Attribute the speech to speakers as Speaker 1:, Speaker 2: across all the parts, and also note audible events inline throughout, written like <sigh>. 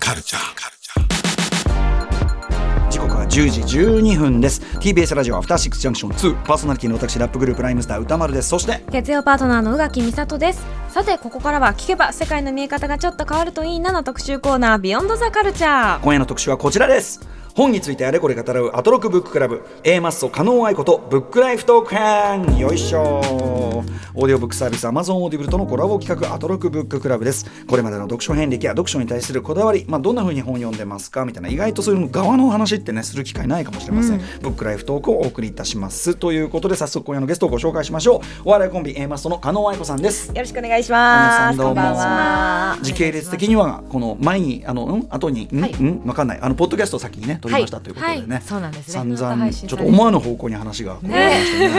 Speaker 1: カルチャー。
Speaker 2: 時刻は10時12分です TBS ラジオアフターシックスジャンクション2パーソナリティの私ラップグループライムスター歌丸ですそして
Speaker 3: 月曜パートナーの宇垣美里ですさてここからは聞けば世界の見え方がちょっと変わるといいなの特集コーナービヨンドザカルチャー
Speaker 2: 今夜の特集はこちらです本についてあれこれ語らうアトロクブッククラブ A マッソ加納愛子とブックライフトーク編よいしょオーディオブックサービス Amazon オーディブルとのコラボ企画アトロクブッククラブですこれまでの読書遍歴や読書に対するこだわり、まあ、どんな風に本読んでますかみたいな意外とそういう側のお話ってねする機会ないかもしれません、ブックライフトークをお送りいたしますということで早速今夜のゲストをご紹介しましょうお笑いコンビ A マッソの加納愛子さんです
Speaker 4: よろしくお願いしま
Speaker 2: 皆さん
Speaker 4: す。
Speaker 2: どうも
Speaker 4: こんばんは。
Speaker 3: <laughs>
Speaker 2: 時系列的にはこの前にあのうん後にうん、うんわかんないあのポッドキャストを先にね撮りましたということでね、
Speaker 3: はいそうなんですね
Speaker 2: 散
Speaker 3: 生
Speaker 2: 々
Speaker 3: 配
Speaker 2: ちょ
Speaker 3: 信
Speaker 2: っ
Speaker 3: さ
Speaker 2: と
Speaker 3: れて
Speaker 2: 思わぬ方向に話がこう
Speaker 3: お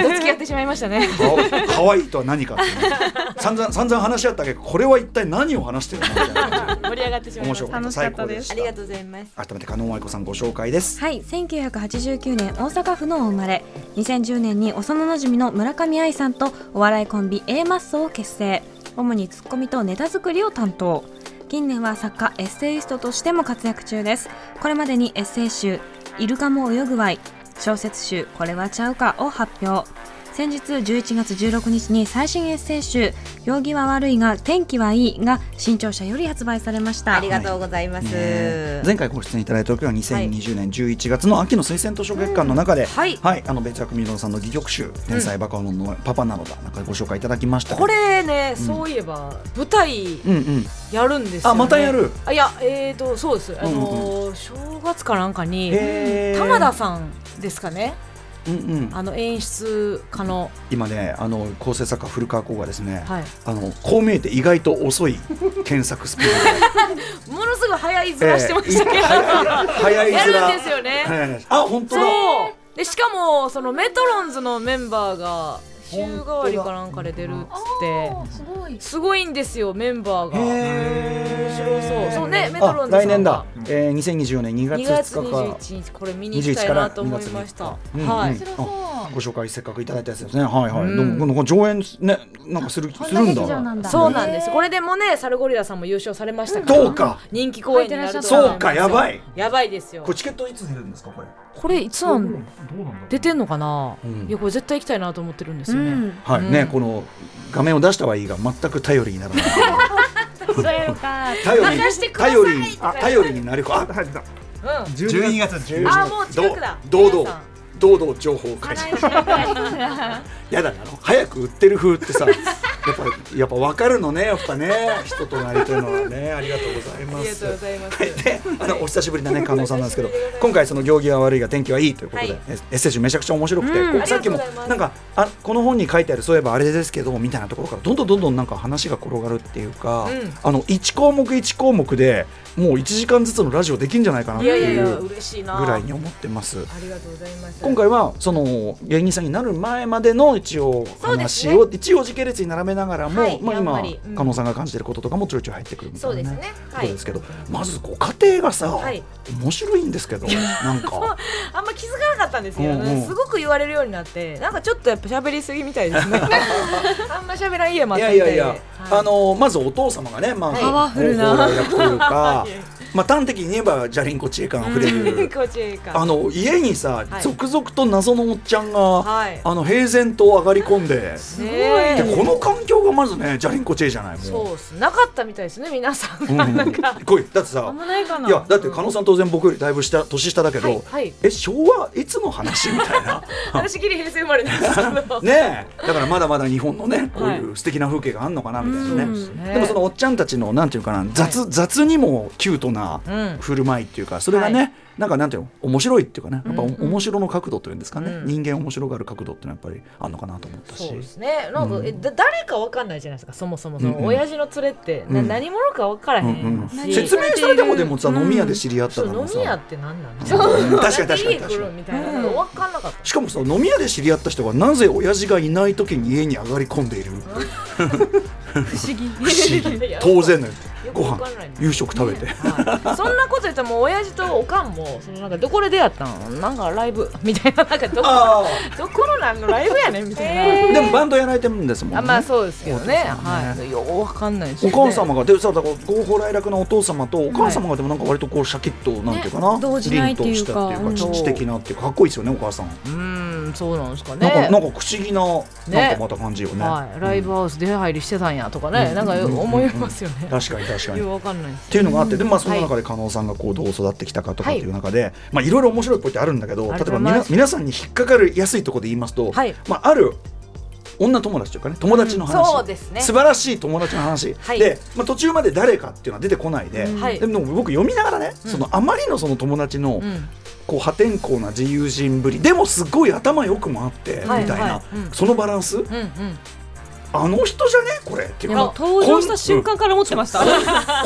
Speaker 3: 付き合ってしまいましたね
Speaker 2: かかわいいとは何かっていうね散々散々話し合ったけどこれは一体何を話してるのみたいな感
Speaker 4: <laughs> 盛り上がってし
Speaker 2: じ
Speaker 4: ま
Speaker 2: で
Speaker 4: い
Speaker 2: 面
Speaker 4: ました
Speaker 2: 白。かった
Speaker 3: 楽しか
Speaker 2: 最
Speaker 3: っ
Speaker 2: 高
Speaker 3: た
Speaker 2: で
Speaker 3: で
Speaker 2: し
Speaker 3: す
Speaker 4: あ
Speaker 2: た
Speaker 4: りがとうございます。
Speaker 2: 改めて加納愛子さんご紹介です
Speaker 3: はい1989年大阪府のお生まれ2010年に幼なじみの村上愛さんとお笑いコンビ A マッソを結成主にツッコミとネタ作りを担当近年は作家エッセイストとしても活躍中ですこれまでにエッセイ集「イルカも泳ぐわい」小説集「これはちゃうか」を発表先日11月16日に最新エッセイ集「行儀は悪いが天気はいい」が新潮社より発売されました
Speaker 4: ありがとうございます。
Speaker 2: ね前回ご出演いただいた時は2020年11月の秋の推薦図書月間の中で、
Speaker 4: はい
Speaker 2: あの別役みどんさんの戯曲集「天才バカ者のパパなのだ」なんかご紹介いただきましたけど
Speaker 4: これね、そういえば舞台
Speaker 2: うんうん
Speaker 4: やるんですよ、ね。
Speaker 2: あまたやる。
Speaker 4: あいやえーとそうです。あ
Speaker 2: う
Speaker 4: のー正月かなんかに
Speaker 2: へー
Speaker 4: 玉田さんですかね。
Speaker 2: うんうん、
Speaker 4: あの演出家の
Speaker 2: 今ねあの構成作家古川光がですね、
Speaker 4: はい
Speaker 2: あのこう見えて意外と遅い検索スピード
Speaker 4: <laughs> ものすごい早いず
Speaker 2: で
Speaker 4: らしてましたけど、
Speaker 2: えー早い
Speaker 4: や
Speaker 2: ずら
Speaker 4: るんですよね。
Speaker 2: はいあ本当
Speaker 4: そう
Speaker 2: だ
Speaker 4: でしかもそのメトロンズのメンバーが週替わりかなんかで出るっつって
Speaker 3: すごい
Speaker 4: すごいんですよメンバーが面
Speaker 2: へー
Speaker 4: 白そうそうねメト
Speaker 2: あ
Speaker 4: ロンズさ
Speaker 2: 来
Speaker 4: んが
Speaker 2: 年だ、えー、2024年2
Speaker 4: 2
Speaker 2: 月
Speaker 4: 月
Speaker 2: 2日から
Speaker 4: 21日これ見に行き
Speaker 2: 21
Speaker 4: たい
Speaker 2: か
Speaker 4: な
Speaker 2: ら
Speaker 4: と
Speaker 2: 2
Speaker 4: 思
Speaker 2: 月
Speaker 4: いました
Speaker 2: 3
Speaker 4: は
Speaker 2: 日うんうん
Speaker 4: い
Speaker 2: あご紹介せっかくいただいたやつですねはいはい、
Speaker 4: うん
Speaker 2: でもこのこの上演ねなんかするするんだ
Speaker 4: そうなんですこれでもねサルゴリラさんも優勝されましたから
Speaker 2: どうか
Speaker 4: 人気公演になると思います
Speaker 2: そうかやばい
Speaker 4: やばいですよ
Speaker 2: これチケットいつ出るんですかこれ
Speaker 4: これいつなん
Speaker 5: どうなんだろう
Speaker 4: 出てんのかな
Speaker 2: うん
Speaker 4: いやこれ絶対行きたいなと思ってるんです
Speaker 3: う
Speaker 4: よ
Speaker 3: <laughs>
Speaker 4: ね
Speaker 3: ん
Speaker 2: はい、
Speaker 4: うん
Speaker 2: ねこの画面を出したはいいが全く頼りになら
Speaker 4: <laughs>
Speaker 2: ない
Speaker 3: か
Speaker 2: 頼り
Speaker 4: 任せてください
Speaker 2: 頼りにあ頼りになるかあ
Speaker 4: うん
Speaker 5: 12月
Speaker 2: 12
Speaker 4: あもう近くだ
Speaker 2: どう堂
Speaker 4: 皆さ
Speaker 2: 々堂々情報開示やだなあの早く売ってる風ってさやっぱやっぱ分かるのねやっぱね人となりというのはねありがとうござい
Speaker 4: あ
Speaker 2: ま
Speaker 4: りが
Speaker 2: す
Speaker 4: とうございます
Speaker 2: であのお久しぶりだね加納さんなんですけど今回その行儀は悪いが天気はいいということで、
Speaker 4: はい
Speaker 2: エッセージめちゃくちゃ面白くて、こうさっきも
Speaker 4: ありがとうございます
Speaker 2: なんかあこの本に書いてあるそういえばあれですけどみたいなところからどんどんどんどんなんか話が転がるっていうか、
Speaker 4: うん
Speaker 2: あの1項目1項目でもう1時間ずつのラジオできるんじゃないかなっ
Speaker 4: い
Speaker 2: て
Speaker 4: やいやい
Speaker 2: い
Speaker 4: や
Speaker 2: うぐ
Speaker 4: 嬉しいな
Speaker 2: らいに思ってます。
Speaker 4: ありがとうございます
Speaker 2: 今回はその芸人さんになる前までの一応
Speaker 4: そうで
Speaker 2: 話
Speaker 4: すね
Speaker 2: を、一応時系列に並べながらも、
Speaker 4: はい
Speaker 2: まあ
Speaker 4: やん
Speaker 2: 今
Speaker 4: わりうん
Speaker 2: 加納さんが感じてることとかもちょいちょい入ってくるみたい
Speaker 4: そう
Speaker 2: な、
Speaker 4: ですね
Speaker 2: こ
Speaker 4: は
Speaker 2: と
Speaker 4: い
Speaker 2: ですけど、まずご家庭がさ、
Speaker 4: はい
Speaker 2: 面白いんですけ
Speaker 4: <laughs>
Speaker 2: どなんか
Speaker 4: あんま気づかなかったんですよ、
Speaker 2: うんうん
Speaker 4: すごく言われるようになってなんかちょっとやっぱ喋りすぎみたいです
Speaker 2: <laughs>
Speaker 4: ねあんま喋らん家もあ
Speaker 2: い
Speaker 4: っ
Speaker 2: や
Speaker 4: たみ
Speaker 2: い
Speaker 4: た
Speaker 2: や
Speaker 4: い
Speaker 2: い
Speaker 4: で
Speaker 2: や、あ
Speaker 4: <laughs>
Speaker 2: のまずお父様がねまあ、
Speaker 4: はい
Speaker 3: パワフルな
Speaker 2: 方法大学という
Speaker 4: <laughs>
Speaker 2: かまあ端的に言えばじゃりんこ知恵感あふれ
Speaker 4: う
Speaker 2: る
Speaker 4: ん、こっち
Speaker 2: あ
Speaker 4: か
Speaker 2: の家にさ、
Speaker 4: はい
Speaker 2: 続々と謎のおっちゃんが、
Speaker 4: はい
Speaker 2: あの平然と上がり込んで。
Speaker 4: すごい、
Speaker 2: でこの環境がまずねじゃりんこ知恵じゃないも
Speaker 4: そうっすなかったみたいですね皆さん
Speaker 2: うん
Speaker 4: が、 <laughs> なんか
Speaker 2: うん、来いだってさ
Speaker 4: ないか
Speaker 2: いやだって加納さん当然僕よりだいぶ下年下だけど、
Speaker 4: はいはい
Speaker 2: え昭和いつの話みたいな
Speaker 4: 私ギリ平成生まれなんですけ
Speaker 2: <laughs>
Speaker 4: ど
Speaker 2: ねえだからまだまだ日本のねこう
Speaker 4: はい
Speaker 2: いう素敵な風景があんのかなみたいなね、
Speaker 3: うん
Speaker 4: ね
Speaker 2: でもそのおっちゃんたちのなんていうかな雑,、雑にもキュートな
Speaker 4: うん
Speaker 2: 振る舞いっていうかそれがね、
Speaker 4: は
Speaker 2: なんかなんていうの面白いっていうかねやっぱお、面白の角度というんですかね、
Speaker 4: うん
Speaker 2: 人間面白がる角度っていうのはやっぱりあんのかなと思ったし
Speaker 4: そうですねなんか、えだ誰かわかんないじゃないですかそもそもその、
Speaker 2: うんうん
Speaker 4: 親父の連れって、な
Speaker 2: うん
Speaker 4: 何者かわからへ
Speaker 2: うん
Speaker 4: ん
Speaker 2: う
Speaker 4: し、
Speaker 2: ん
Speaker 3: 何
Speaker 2: 説明されてもでもさ、
Speaker 4: うん
Speaker 2: 飲み屋で知り合った
Speaker 4: そう
Speaker 2: のもさ
Speaker 4: 飲み屋って何なんみたいな
Speaker 2: うん確かに確かに確
Speaker 4: 家来
Speaker 2: か
Speaker 4: る
Speaker 2: に
Speaker 4: みたいなの分かんなかった
Speaker 2: しかもさ飲み屋で知り合った人がなぜ親父がいない時に家に上がり込んでいる
Speaker 3: 不思議
Speaker 2: 不思議
Speaker 4: <laughs> いや
Speaker 2: 当然のよ
Speaker 4: よく
Speaker 2: ご飯
Speaker 4: わかんないな
Speaker 2: 夕食食べて、
Speaker 4: はいそんなこと言ったらもう親父とおかんもそのなんかどこで出会ったんなんかライブみたいななんかどこ
Speaker 2: あ
Speaker 4: どこのなんのライブやねんみたいな、
Speaker 2: あでもバンドやられてるんですもんね
Speaker 4: あまあそうですけどね
Speaker 2: そうですよ
Speaker 4: はいようわかんないです
Speaker 2: お
Speaker 4: よね
Speaker 2: 母様がでさだから合法来楽なお父様とお母様がでもなんか割とこうシャキッとなんていうかな、
Speaker 3: ね動じないっていう
Speaker 2: 凛とし
Speaker 3: か
Speaker 2: たっていううんか父的なっていうかかっこいいですよねお母さん、
Speaker 4: うーんそうなんですか
Speaker 2: な
Speaker 4: ね
Speaker 2: んかなんか不思議ななん
Speaker 4: ね
Speaker 2: かまた感じよね
Speaker 4: はい、ライブハウス出入りしてたんやとかね、
Speaker 2: うん
Speaker 4: なんか
Speaker 2: うん
Speaker 4: 思いますよね、
Speaker 2: 確かに確かに
Speaker 4: よ
Speaker 2: っ
Speaker 4: くわかんないです
Speaker 2: ていうのがあってで、まあ、その
Speaker 4: はい
Speaker 2: 中で加納さんがこうどう育ってきたかとかっていう中で、まあ、いろいろ面白いポイントあるんだけど例
Speaker 4: あり
Speaker 2: え
Speaker 4: がとう
Speaker 2: ば
Speaker 4: ござい
Speaker 2: み
Speaker 4: ます
Speaker 2: な皆さんに引っかかるやすいところで言いますと、
Speaker 4: はい
Speaker 2: まあ、ある女友達というかね友達の話、
Speaker 4: うんそうですね
Speaker 2: 素晴らしい友達の話、
Speaker 4: はい
Speaker 2: で、まあ、途中まで誰かっていうのは出てこないで、
Speaker 3: うん
Speaker 4: はい
Speaker 2: でも僕読みながらね、
Speaker 4: うん
Speaker 2: そのあまりのその友達の
Speaker 4: うん
Speaker 2: こう破天荒な自由人ぶりでもすごい頭良くもあってみた
Speaker 4: はい
Speaker 2: いな、
Speaker 4: はいうん
Speaker 2: そのバランス
Speaker 4: うんうん
Speaker 2: あの人じゃねこれってい
Speaker 3: いうやも
Speaker 2: か
Speaker 3: う登場した瞬間から思ってました。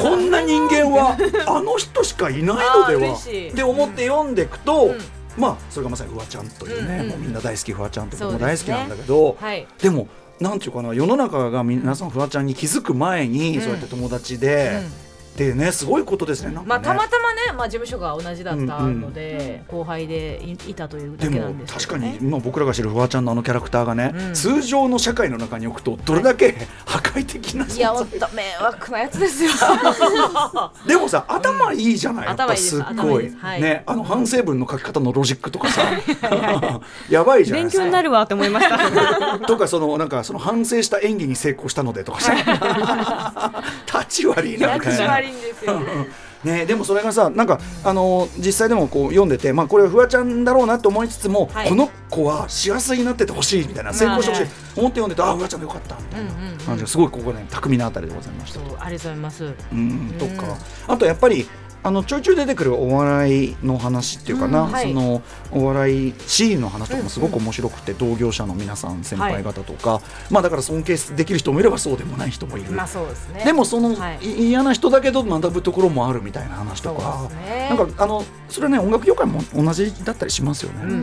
Speaker 2: こんな人間はあの人しかいないので
Speaker 4: <laughs> あー
Speaker 2: は
Speaker 4: 嬉しい
Speaker 2: って思って読んでいくと、
Speaker 4: うん
Speaker 2: まあそれがまさにフワちゃんというね、
Speaker 4: うんうん
Speaker 2: もうみんな大好きフワちゃんって僕も
Speaker 4: そう
Speaker 2: 大
Speaker 4: で
Speaker 2: 好
Speaker 4: す
Speaker 2: き
Speaker 4: ね
Speaker 2: なんだけどで,、
Speaker 4: はい
Speaker 2: もなんていうかな世の中が皆さんフワちゃんに気づく前に、
Speaker 4: うん
Speaker 2: そうやって友達で、でねすごいことですねなん
Speaker 4: ま
Speaker 2: か
Speaker 4: あ
Speaker 2: ね、
Speaker 4: たまたまね、まあ、事務所が同じだったので、後輩でいいたというだ
Speaker 2: で
Speaker 4: けな
Speaker 2: も
Speaker 4: んです
Speaker 2: 確か
Speaker 4: けどね
Speaker 2: に今僕らが知るフワちゃんのあのキャラクターがね、
Speaker 4: うん
Speaker 2: 通常の社会の中に置くとどれだけ破壊的ない
Speaker 4: や
Speaker 2: 存
Speaker 4: 本
Speaker 2: 在
Speaker 4: 当迷惑なや
Speaker 2: <laughs>
Speaker 4: つですよ
Speaker 2: でもさ頭いいじゃない、
Speaker 4: うん
Speaker 2: やっぱすっ
Speaker 4: 頭
Speaker 2: ご
Speaker 4: いい
Speaker 2: い
Speaker 4: です頭いいですはい
Speaker 2: ねあの反省文の書き方のロジックとかさ <laughs> やばいじゃない
Speaker 3: 勉
Speaker 2: です
Speaker 3: 強になるわって思いました。
Speaker 2: かと <laughs> かそのなんかその反省した演技に成功したのでとかさ <laughs> 立ち悪いなみ
Speaker 4: 役
Speaker 2: たいな
Speaker 4: 割んですよ
Speaker 2: ね、でもそれがさなんか、あの実際でもこう読んでて、まあ、これはフワちゃんだろうなと思いつつも、
Speaker 4: はい
Speaker 2: この子は幸せになっててほしいみたいな成功してほしい、
Speaker 4: ま
Speaker 2: 思って読んでてああフワちゃんでよかったみたいな
Speaker 4: うんうんうん
Speaker 2: 感じがすごいここね巧みなあたりでございました
Speaker 4: そう。ありがとうございます
Speaker 2: うん、と
Speaker 4: う
Speaker 2: か
Speaker 4: ん
Speaker 2: あとやっぱりあのちょいちょい出てくるお笑いの話っていうかな、
Speaker 4: うんはい
Speaker 2: そのお笑いシーンの話とかもすごく面白くて、同業者の皆さん先輩方とか、まあだから尊敬できる人もいればそうでもない人もいる、
Speaker 4: まあそうですね
Speaker 2: でもその、
Speaker 4: はい
Speaker 2: い嫌な人だけど学ぶところもあるみたいな話と
Speaker 4: そ
Speaker 2: か
Speaker 4: う、ですね
Speaker 2: なんかあのそれはね音楽業界も同じだったりしますよね。
Speaker 4: うんう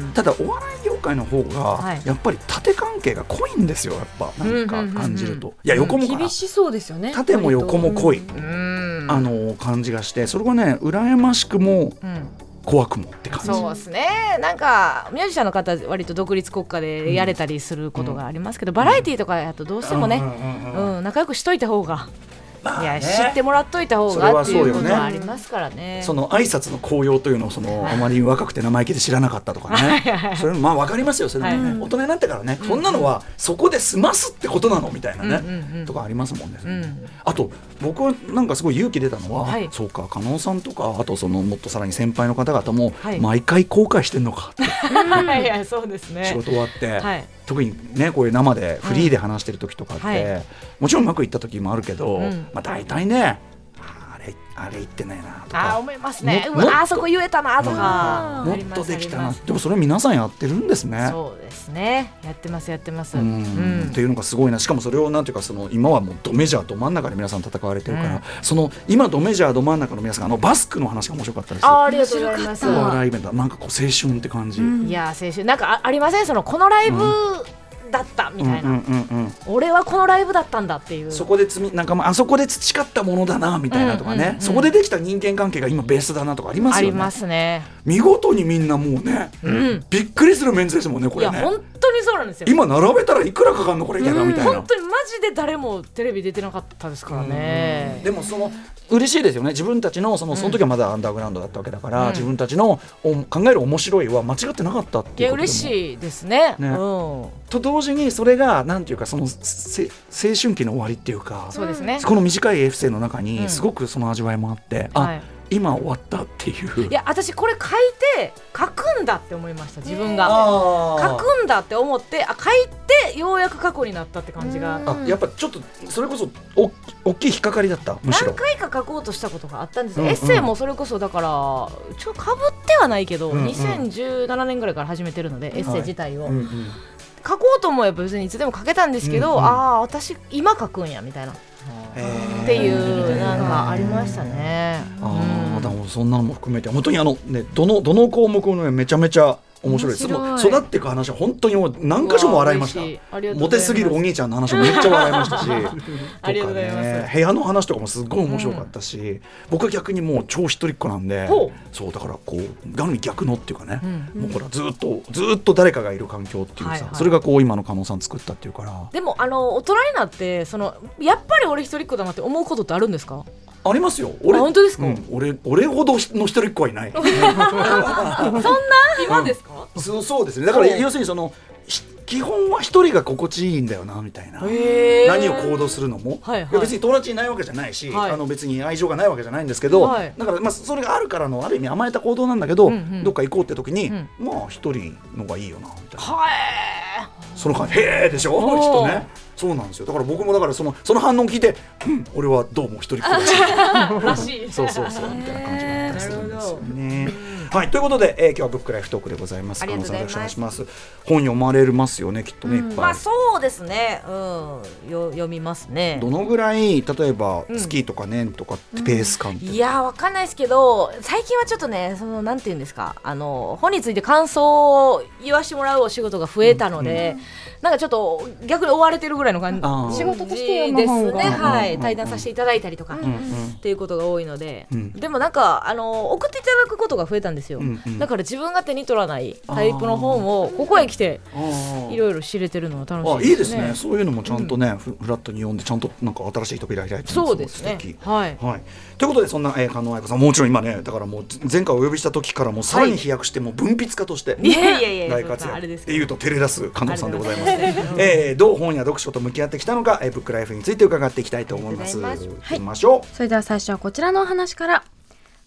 Speaker 4: ん
Speaker 2: ただお笑い業界の方
Speaker 4: は
Speaker 2: が
Speaker 4: い
Speaker 2: やっぱり縦関係が濃いんですよやっぱなんか感じると、
Speaker 4: うん
Speaker 2: いや横もかな
Speaker 3: 厳しそうですよね。
Speaker 2: 縦も横も濃い、
Speaker 4: うんうん
Speaker 2: あの感じがしてそれがね羨ましくも
Speaker 4: うん
Speaker 2: 怖くもって感じ
Speaker 4: そうですねなんかミュージシャンの方割と独立国家でやれたりすることがありますけど、バラエティーとかやとどうしてもね、うん
Speaker 2: ね
Speaker 4: 仲良くしといた方が、いや
Speaker 2: ね
Speaker 4: 知ってもらっといた方
Speaker 2: それ
Speaker 4: が
Speaker 2: は
Speaker 4: って
Speaker 2: そうよ
Speaker 4: い
Speaker 2: ね
Speaker 4: うことはありますからね。
Speaker 2: その挨拶の効用というのをそのあまり若くて生意気で知らなかったとかねそれもまあ分かりますよそれでもね
Speaker 4: はい
Speaker 2: 大人になってからねそんなのはそこで済ますってことなのみたいな
Speaker 4: うん
Speaker 2: ね
Speaker 4: うんうん
Speaker 2: とかありますもんね
Speaker 4: うん
Speaker 2: あと僕はなんかすごい勇気出たのは、
Speaker 4: はい
Speaker 2: そうか加納さんとかあとそのもっとさらに先輩の方々も、
Speaker 4: はい
Speaker 2: 毎回後悔してんのかって
Speaker 4: <laughs> いやそうですね。
Speaker 2: 仕事終わって、
Speaker 4: はい
Speaker 2: 特にねこういう生でフリーで話してる時とかって、
Speaker 4: はい
Speaker 2: もちろんうまくいった時もあるけど、
Speaker 4: うん
Speaker 2: まあ大体ねあーあれあれ言ってないなと
Speaker 4: あー
Speaker 2: か
Speaker 4: 思いますね。
Speaker 2: も
Speaker 4: う
Speaker 2: もっと
Speaker 4: わあそこ言えたなと
Speaker 3: あ
Speaker 4: か、
Speaker 3: ー
Speaker 2: も
Speaker 4: あ
Speaker 2: っ
Speaker 4: ります
Speaker 2: とできた
Speaker 4: あ
Speaker 2: な
Speaker 4: り
Speaker 2: でもそれ皆さんやってるんです
Speaker 4: ま
Speaker 2: ね
Speaker 4: す。そうですね。やってますやってます。
Speaker 2: う
Speaker 4: うん
Speaker 2: んっていうのがすごいなしかもそれをなんていうかその今はもうドメジャーど真ん中で皆さん戦われてるから、
Speaker 4: うん
Speaker 2: その今ドメジャーど真ん中の皆さんあのバスクの話が面白かったです
Speaker 4: あーありがとうございます。
Speaker 2: お笑いイベントなんかこう青春って感じ、
Speaker 3: うん
Speaker 4: いやー青春なんかあありませんそのこのライブだったみたいな、
Speaker 2: うんうんうんうん
Speaker 4: 俺はこのライブだったんだっていう
Speaker 2: そこで積みなんかまああそこで培ったものだなみたいなとかね、
Speaker 4: うんうんうん
Speaker 2: そこでできた人間関係が今ベースだなとかあります
Speaker 4: あ
Speaker 2: よ
Speaker 4: り
Speaker 2: ね
Speaker 4: ますね。
Speaker 2: 見事にみんなもうね、
Speaker 4: うん
Speaker 2: びっくりするメンズですもんねこ
Speaker 4: い
Speaker 2: れ
Speaker 4: や
Speaker 2: ね
Speaker 4: 本当にそうなんですよ。
Speaker 2: 今並べたらいくらかかんのこれギャラみたいな、
Speaker 4: 本当にマジで誰もテレビ出てなかったですからね。
Speaker 2: でもその嬉しいですよね自分たちのそのその時はまだアンダーグラウンドだったわけだから、
Speaker 4: うん
Speaker 2: 自分たちのお考える面白いは間違ってなかったって
Speaker 4: い
Speaker 2: いうことで
Speaker 4: や
Speaker 2: も
Speaker 4: 嬉しいですね。
Speaker 2: ね
Speaker 4: うん。
Speaker 2: と同時にそれがなんていうかそのせ青春期の終わりっていうか
Speaker 4: そうですね。
Speaker 2: この短いエッセイの中
Speaker 4: う
Speaker 2: に
Speaker 4: ん
Speaker 2: すごくその味わいもあって、あ、
Speaker 4: はい。
Speaker 2: 今終わったっていう
Speaker 4: いや私これ書いて書くんだって思いました自分が。
Speaker 2: あ
Speaker 4: 書くんだって思ってあ書いてようやく過去になったって感じが
Speaker 3: うん
Speaker 2: あやっぱちょっとそれこそお大きい引っかかりだったむしろ
Speaker 4: 何回か書こうとしたことがあったんです
Speaker 2: うん
Speaker 4: よ、
Speaker 2: うん
Speaker 4: エッセイもそれこそだからちょっとかぶってはないけど、
Speaker 2: うんうん
Speaker 4: 2017年ぐらいから始めてるので、エッセイ自体を、
Speaker 2: うんうん
Speaker 4: 書こうと思えば別にいつでも書けたんですけど、
Speaker 2: うんうん
Speaker 4: ああ私今書くんやみたいなっ
Speaker 2: へー
Speaker 4: ていうなんかありましたね。
Speaker 2: あ
Speaker 4: う
Speaker 2: あ
Speaker 4: ん
Speaker 2: だからそんなのも含めて本当にあのねどのどの項目もねめちゃめちゃ面白いです
Speaker 4: 面白い
Speaker 2: もう育っていく話は本当にもう何箇所も笑いました
Speaker 4: うわ嬉しいありがとう
Speaker 2: モテ
Speaker 4: ございます
Speaker 2: すぎるお兄ちゃんの話もめっちゃ笑いましたし
Speaker 4: <laughs> ありがとうございます
Speaker 2: とかね部屋の話とかもすっごい面白かったし、僕は逆にもう超一人っ子なんで
Speaker 4: ほ
Speaker 2: そうだからこうある意味逆のっていうかね、
Speaker 4: う
Speaker 2: もうほらずっとずっと誰かがいる環境っていうさ、
Speaker 4: はいはい
Speaker 2: それがこう今の加納さん作ったっていうから
Speaker 4: でもあの大人になってそのやっぱり俺一人っ子だなって思うことってあるんですか
Speaker 2: ありますよ俺
Speaker 4: あ本当ですか
Speaker 2: うん俺俺ほどの一人っ子はいない
Speaker 4: 今ですか、
Speaker 2: そうそうですねだから
Speaker 4: おう
Speaker 2: 要するにそのひ基本は一人が心地いいんだよなみたいな
Speaker 4: へー
Speaker 2: 何を行動するのも、
Speaker 4: はいはい
Speaker 2: や別に友達いないわけじゃないし、
Speaker 4: はい
Speaker 2: あの別に愛情がないわけじゃないんですけど、
Speaker 4: はい
Speaker 2: だからまあそれがあるからのある意味甘えた行動なんだけど、
Speaker 4: うんうん
Speaker 2: どっか行こうって時に、
Speaker 4: うん
Speaker 2: まあ一人のがいいよなみたいな
Speaker 4: は
Speaker 2: その感じへえでしょ
Speaker 4: おー
Speaker 2: きっとねそうなんですよだから僕もだからそのその反応を聞いて、うん、俺はどうも一人っ子だし
Speaker 4: いらしい
Speaker 2: そうそうそうみたいな感じになったりするんですよね
Speaker 4: ど。
Speaker 2: はいということで、えー今日はブックライフトークでございます。
Speaker 4: ありがとうございます
Speaker 2: 加納さんよろしくお願いします。本読まれますよねきっとね、
Speaker 3: うん
Speaker 2: いっ
Speaker 4: ま
Speaker 2: ぱい
Speaker 4: あ。そうですねうんよ読みますね
Speaker 2: どのぐらい例えば
Speaker 4: うん
Speaker 2: 月とか年とかってペース感って、
Speaker 4: いやーわかんないですけど最近はちょっとねそのなんて言うんですかあの本について感想を言わしてもらうお仕事が増えたので、なんかちょっと逆に追われてるぐらいの感
Speaker 2: あー
Speaker 4: じ
Speaker 2: 仕
Speaker 3: 事として読む
Speaker 4: です
Speaker 3: 本
Speaker 4: ね
Speaker 3: が
Speaker 4: は
Speaker 2: うんうんう
Speaker 4: い
Speaker 2: ん
Speaker 4: 対談させていただいたりとか、
Speaker 3: うん
Speaker 2: うん
Speaker 4: っていうことが多いので、
Speaker 2: うん
Speaker 4: でもなんかあの送っていただくことが増えたんですよ、
Speaker 2: うんうん
Speaker 4: だから自分が手に取らないタイプの本をここへ来て
Speaker 2: うん
Speaker 4: いろいろ知れてるのは楽
Speaker 2: あ
Speaker 4: し
Speaker 2: い
Speaker 4: い
Speaker 2: い
Speaker 4: で
Speaker 2: ですす
Speaker 4: ね
Speaker 2: ねそういうのもちゃんとね、ふフラットに読んでちゃんとなんか新しい扉開いてるの
Speaker 4: そうですね
Speaker 2: ごい素敵
Speaker 4: はい
Speaker 2: はい、ということでそんな、えー、加納愛子さんもちろん今ねだからもう前回お呼びした時からもうさらに飛躍して、もう文筆家として
Speaker 4: いやいやいやいや
Speaker 2: 大活
Speaker 4: そんなあ
Speaker 2: 躍
Speaker 4: れ
Speaker 2: で
Speaker 4: ですけど
Speaker 2: いうと照れ出す加納さんでございます
Speaker 4: ありがとうございます
Speaker 2: えー、どう本や読書と向き合ってきたのか、えー、ブックライフについて伺っていきたいと思います。
Speaker 4: ありがとう
Speaker 2: 行きましょう。
Speaker 3: それでは最初はこちらのお話から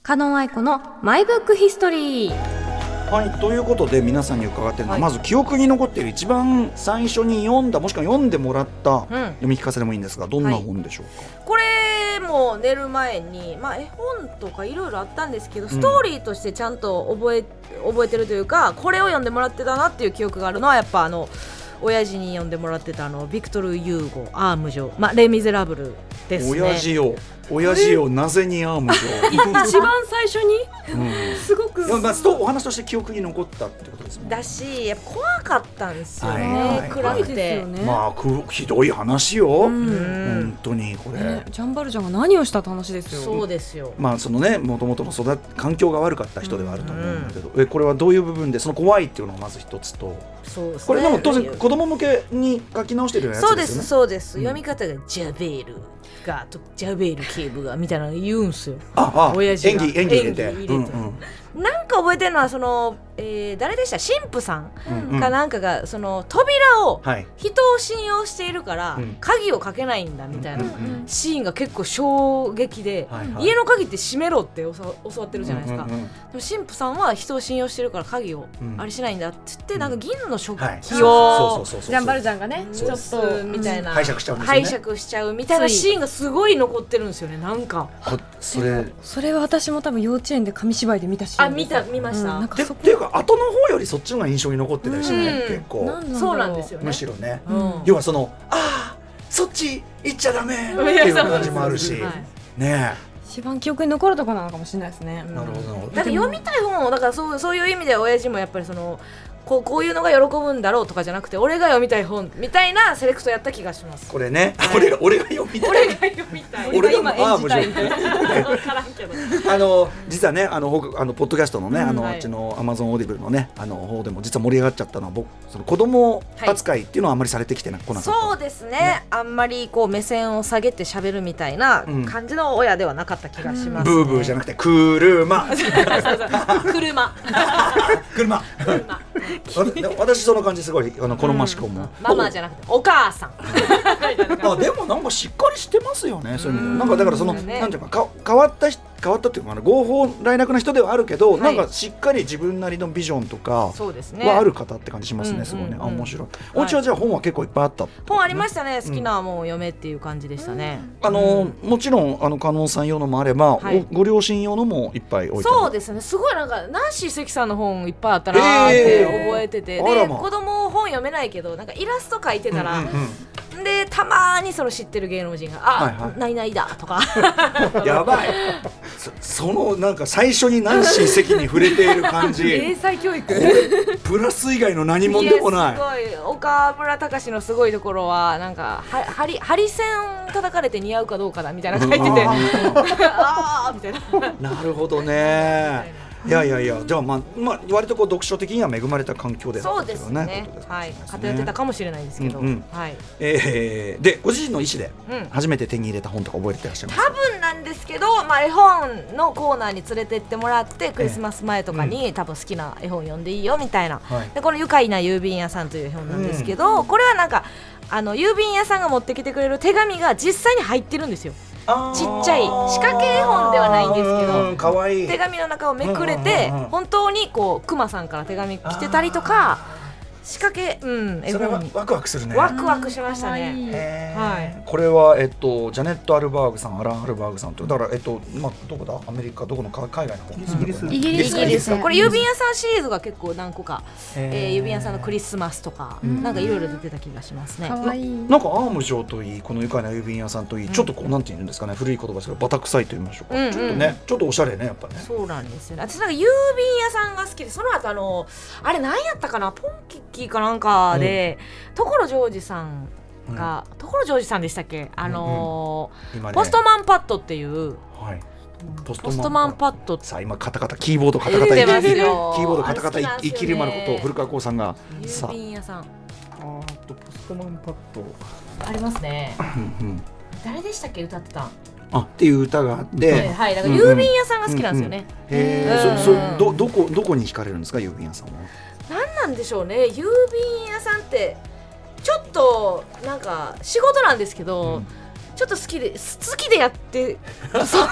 Speaker 3: 加納愛子のマイブックヒストリー
Speaker 2: はい、ということで皆さんに伺ってるのは、
Speaker 4: はい
Speaker 2: まず記憶に残っている一番最初に読んだもしくは読んでもらった、
Speaker 4: うん
Speaker 2: 読み聞かせでもいいんですがどんな本でしょうか、
Speaker 4: これも寝る前に、まあ、絵本とかいろいろあったんですけど、ストーリーとしてちゃんと覚え覚えてるというかこれを読んでもらってたなっていう記憶があるのはやっぱあの親父に読んでもらってたあのビクトル・ユーゴ「アーム上」まあ「レ・ミゼラブル」ですね。
Speaker 2: 親父よ親父よなぜにアーム状、
Speaker 4: <laughs> 一番最初に
Speaker 2: うん
Speaker 4: すごく
Speaker 2: でもまあそうお話として記憶に残ったってことですもんね
Speaker 4: だしやっぱ怖かったんですよね、
Speaker 2: はいはい
Speaker 4: 暗
Speaker 2: 怖い
Speaker 4: く
Speaker 2: で
Speaker 4: て。
Speaker 3: ね
Speaker 2: まあくひどい話よ、
Speaker 3: うん
Speaker 2: 本当にこれ、
Speaker 3: ねジャンバルジャンが何をしたって話ですよ
Speaker 4: そうですよ
Speaker 2: まあそのねもともとの育っ環境が悪かった人ではあると思うんだけど、えこれはどういう部分でその怖いっていうのがまず一つと
Speaker 4: そうですね
Speaker 2: これでも当然子供向けに書き直してるやつですよ
Speaker 4: そう
Speaker 2: ね
Speaker 4: ですそうです、
Speaker 2: うん
Speaker 4: 読み方がジャベールがとジャベール警部がみたいなの言うんすよ
Speaker 2: ああ演技
Speaker 4: 親父が
Speaker 2: 演技入れて
Speaker 4: 演技入れて
Speaker 2: うん
Speaker 4: なんか覚えてるのはその、えー誰でした神父さん
Speaker 2: うんうん
Speaker 4: かなんかが、その扉を
Speaker 2: はい
Speaker 4: 人を信用しているから、
Speaker 2: うん
Speaker 4: 鍵をかけないんだみたいな、
Speaker 2: うんうん
Speaker 4: シーンが結構衝撃で、
Speaker 2: はいはい
Speaker 4: 家の鍵って閉めろって教わ教わってるじゃないですか、
Speaker 2: うんうんうん
Speaker 4: でも神父さんは人を信用してるから鍵を
Speaker 2: うん
Speaker 4: あれしないんだって言って、なんか銀の食器を、
Speaker 2: はいそうそうそうそうそう
Speaker 3: ジャンバルジャンがね
Speaker 4: ち
Speaker 3: ち
Speaker 4: ょ
Speaker 3: ょ
Speaker 4: っ
Speaker 3: っ
Speaker 4: と
Speaker 3: と
Speaker 4: みたいな、
Speaker 2: 拝借しちゃうんですよね
Speaker 4: 拝借しちゃうみたいなシーンがすごい残ってるんですよねなんか
Speaker 2: あそれ
Speaker 3: それは私も多分幼稚園で紙芝居で見たし
Speaker 4: あ見た見まし
Speaker 3: な
Speaker 4: た、
Speaker 3: んか
Speaker 2: でっ
Speaker 3: そこ
Speaker 2: ていうか後の方よりそっちの方が印象に残ってたりしな
Speaker 4: う
Speaker 2: い
Speaker 4: ん
Speaker 2: 結
Speaker 3: な
Speaker 2: 構
Speaker 3: だろ
Speaker 4: そうなんですよね
Speaker 2: むしろね
Speaker 3: うん
Speaker 2: 要はそのああそっち行っちゃダメっていう感じもあるし
Speaker 4: いやそうです
Speaker 2: ね
Speaker 3: 一番記憶に残るところなのかもしれないですね
Speaker 2: えなるほどなるほど
Speaker 4: なんか読みたい本をだからそうそういう意味では親父もやっぱりそのこうこういうのが喜ぶんだろうとかじゃなくて俺が読みたい本みたいなセレクトやった気がします。
Speaker 2: これね俺が俺が読みたい
Speaker 4: 読みたい
Speaker 2: 俺が今演じたい
Speaker 4: 分からんけど。
Speaker 2: あの実はねあのほあのポッドキャストのね、
Speaker 4: うん
Speaker 2: あの
Speaker 4: はい
Speaker 2: あっちのアマゾンオーディブルのねあの方でも実は盛り上がっちゃったのは僕その子供扱いっていうのはあんまりされてきてな、こなかった
Speaker 4: そうですねあんまりこう目線を下げて喋るみたいな感じの親ではなかった気がします、ね
Speaker 2: ブーブーじゃなくて車
Speaker 4: 車
Speaker 2: 車
Speaker 4: 車
Speaker 2: わ <laughs> 私その感じすごいあの好ましく思う、
Speaker 4: ママじゃなくてお
Speaker 2: <laughs>
Speaker 4: 母さん
Speaker 2: あでもなんかしっかりしてますよねそういう意味ではなんかだからその、
Speaker 4: うん
Speaker 2: なんていうかか変わった人変わったっていうかあの合法来なくな人ではあるけど、
Speaker 4: い
Speaker 2: なんかしっかり自分なりのビジョンとか
Speaker 4: そうですね
Speaker 2: はある方って感じしますね、
Speaker 4: うん
Speaker 2: すごいね、
Speaker 4: うん
Speaker 2: あ面白い、お家はじゃあ本は結構いっぱいあったってことね
Speaker 4: 本ありましたね好きなもんを読めっていう感じでしたね、
Speaker 2: あのもちろんあの加納さん用のもあれば、
Speaker 4: はい
Speaker 2: おご両親用のもいっぱい置いてある
Speaker 4: そうですねすごいなんかナンシー関さんの本いっぱいあったなーって
Speaker 2: えー
Speaker 4: 覚えてて、
Speaker 2: あら
Speaker 4: で
Speaker 2: ま
Speaker 4: 子供本読めないけどなんかイラスト描いてたら、
Speaker 2: うんうんうん
Speaker 4: でたまーにその知ってる芸能人が「あ、
Speaker 2: はいはい
Speaker 4: ないないだ」
Speaker 2: <laughs>
Speaker 4: とか
Speaker 2: やばいそそのなんか最初に何親戚に触れている感
Speaker 4: 英
Speaker 2: じ
Speaker 4: 才教育
Speaker 2: これプラス以外の何もでもない
Speaker 4: やすごい岡村隆史のすごいところはなんかはハリハリセン叩かれて似合うかどうかだみたいなの書いてて <laughs> ああみたいな
Speaker 2: なるほどねいやいやいやじゃあまあ、まあ、割とこう読書的には恵まれた環境であ
Speaker 4: そ
Speaker 2: った
Speaker 4: う
Speaker 2: とい
Speaker 4: で
Speaker 2: う
Speaker 4: す
Speaker 2: ね
Speaker 4: ね
Speaker 2: ことですね
Speaker 4: はい偏ってたかもしれないですけど、
Speaker 2: うんうん
Speaker 4: はい
Speaker 2: えーでご自身の意思で
Speaker 4: うん
Speaker 2: 初めて手に入れた本とか覚えてらっしゃいます
Speaker 4: 多
Speaker 2: か、
Speaker 4: 分なんですけど、まあ、絵本のコーナーに連れてってもらってクリスマス前とかに、多分好きな絵本読んでいいよみたいな、
Speaker 2: はい
Speaker 4: でこの「愉快な郵便屋さん」という絵本なんですけど、これはなんかあの郵便屋さんが持ってきてくれる手紙が実際に入ってるんですよちっちゃい仕掛け絵本ではないんですけど
Speaker 2: かわいい
Speaker 4: 手紙の中をめくれて、
Speaker 2: うんうんうんうん
Speaker 4: 本当にこうクマさんから手紙来てたりとか仕掛け、うん、絵
Speaker 2: それ
Speaker 4: 本
Speaker 2: は
Speaker 4: に
Speaker 2: ワクワクするね
Speaker 4: ワクワクしましたね。
Speaker 2: へー
Speaker 4: はい
Speaker 2: これは、えっと、ジャネット・アルバーグさんアラン・アルバーグさんとだから、えっとまあ、どこだアメリカどこのか海外の方ですね
Speaker 1: イギリス
Speaker 2: こ
Speaker 1: イギ
Speaker 2: れ
Speaker 3: リス
Speaker 4: イギリス
Speaker 3: うん
Speaker 4: これ郵便屋さんシリーズが結構何個か、
Speaker 2: へ
Speaker 4: えー、郵便屋さんのクリ
Speaker 2: ス
Speaker 4: スマスとか、
Speaker 2: うん
Speaker 4: なんかいろいろ出てた気がしますね。
Speaker 1: かわいい
Speaker 2: なんかアーム上といいこの愉快な郵便屋さんといい、ちょっとこうなんて言うんですかね古い言葉ですけどバタ臭いと言いましょうか、
Speaker 4: うんうん
Speaker 2: ちょっとねちょっとおしゃれねやっぱね
Speaker 4: そうなんですよね。私なんか郵便屋さんが好きで、その後あのあれ何やったかな、ポンキッキーかなんかで、所ジョージさんが、所ジョージさんでしたっけ、あのー
Speaker 2: 今ね
Speaker 4: ポストマンパッドっていう
Speaker 2: はいポス
Speaker 4: ポストマンパッドって
Speaker 2: さあ今カタカタキーボードカタカタ
Speaker 4: 出て
Speaker 2: 生
Speaker 4: ま
Speaker 2: き
Speaker 4: す
Speaker 2: るキー
Speaker 4: よ
Speaker 2: ボードカタカタ
Speaker 4: あれ好きなん
Speaker 2: 生
Speaker 4: ですよね
Speaker 2: きるまのことを古川光さんがさ
Speaker 4: 郵便屋さん
Speaker 1: あーっとポストマンパッド
Speaker 4: ありますね。
Speaker 2: うんうん
Speaker 4: 誰でしたっけ歌ってたん。
Speaker 2: あっていう歌があって、
Speaker 4: はい、はい、だから郵便屋さんが好きなんですよね。
Speaker 2: へ
Speaker 4: う
Speaker 2: え
Speaker 4: ん
Speaker 2: そそどどこどこに惹かれるんですか郵便屋さんは
Speaker 4: なんなんでしょうね郵便屋さんってちょっとなんか仕事なんですけ
Speaker 2: う
Speaker 4: ど、
Speaker 2: ん
Speaker 4: ちょっと好きです好きでやって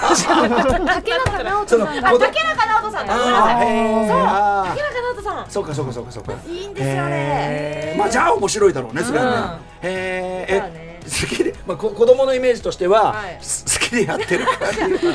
Speaker 1: 竹中直人さんが
Speaker 4: あ竹中直人さんだごめんなさい
Speaker 2: あーへー
Speaker 4: 竹中直人さ
Speaker 2: そうかそうかそうかそうか
Speaker 4: んいいんですよ
Speaker 2: へ
Speaker 4: ね
Speaker 2: ーまあじゃあ面白いだろうねそれはねへ
Speaker 4: だから
Speaker 2: え
Speaker 4: ね
Speaker 2: 好きで、まあ、こ <laughs> 子供のイメージとしては、
Speaker 4: はい
Speaker 2: す <laughs> 好きでやってる感じが
Speaker 4: なんかあんまやら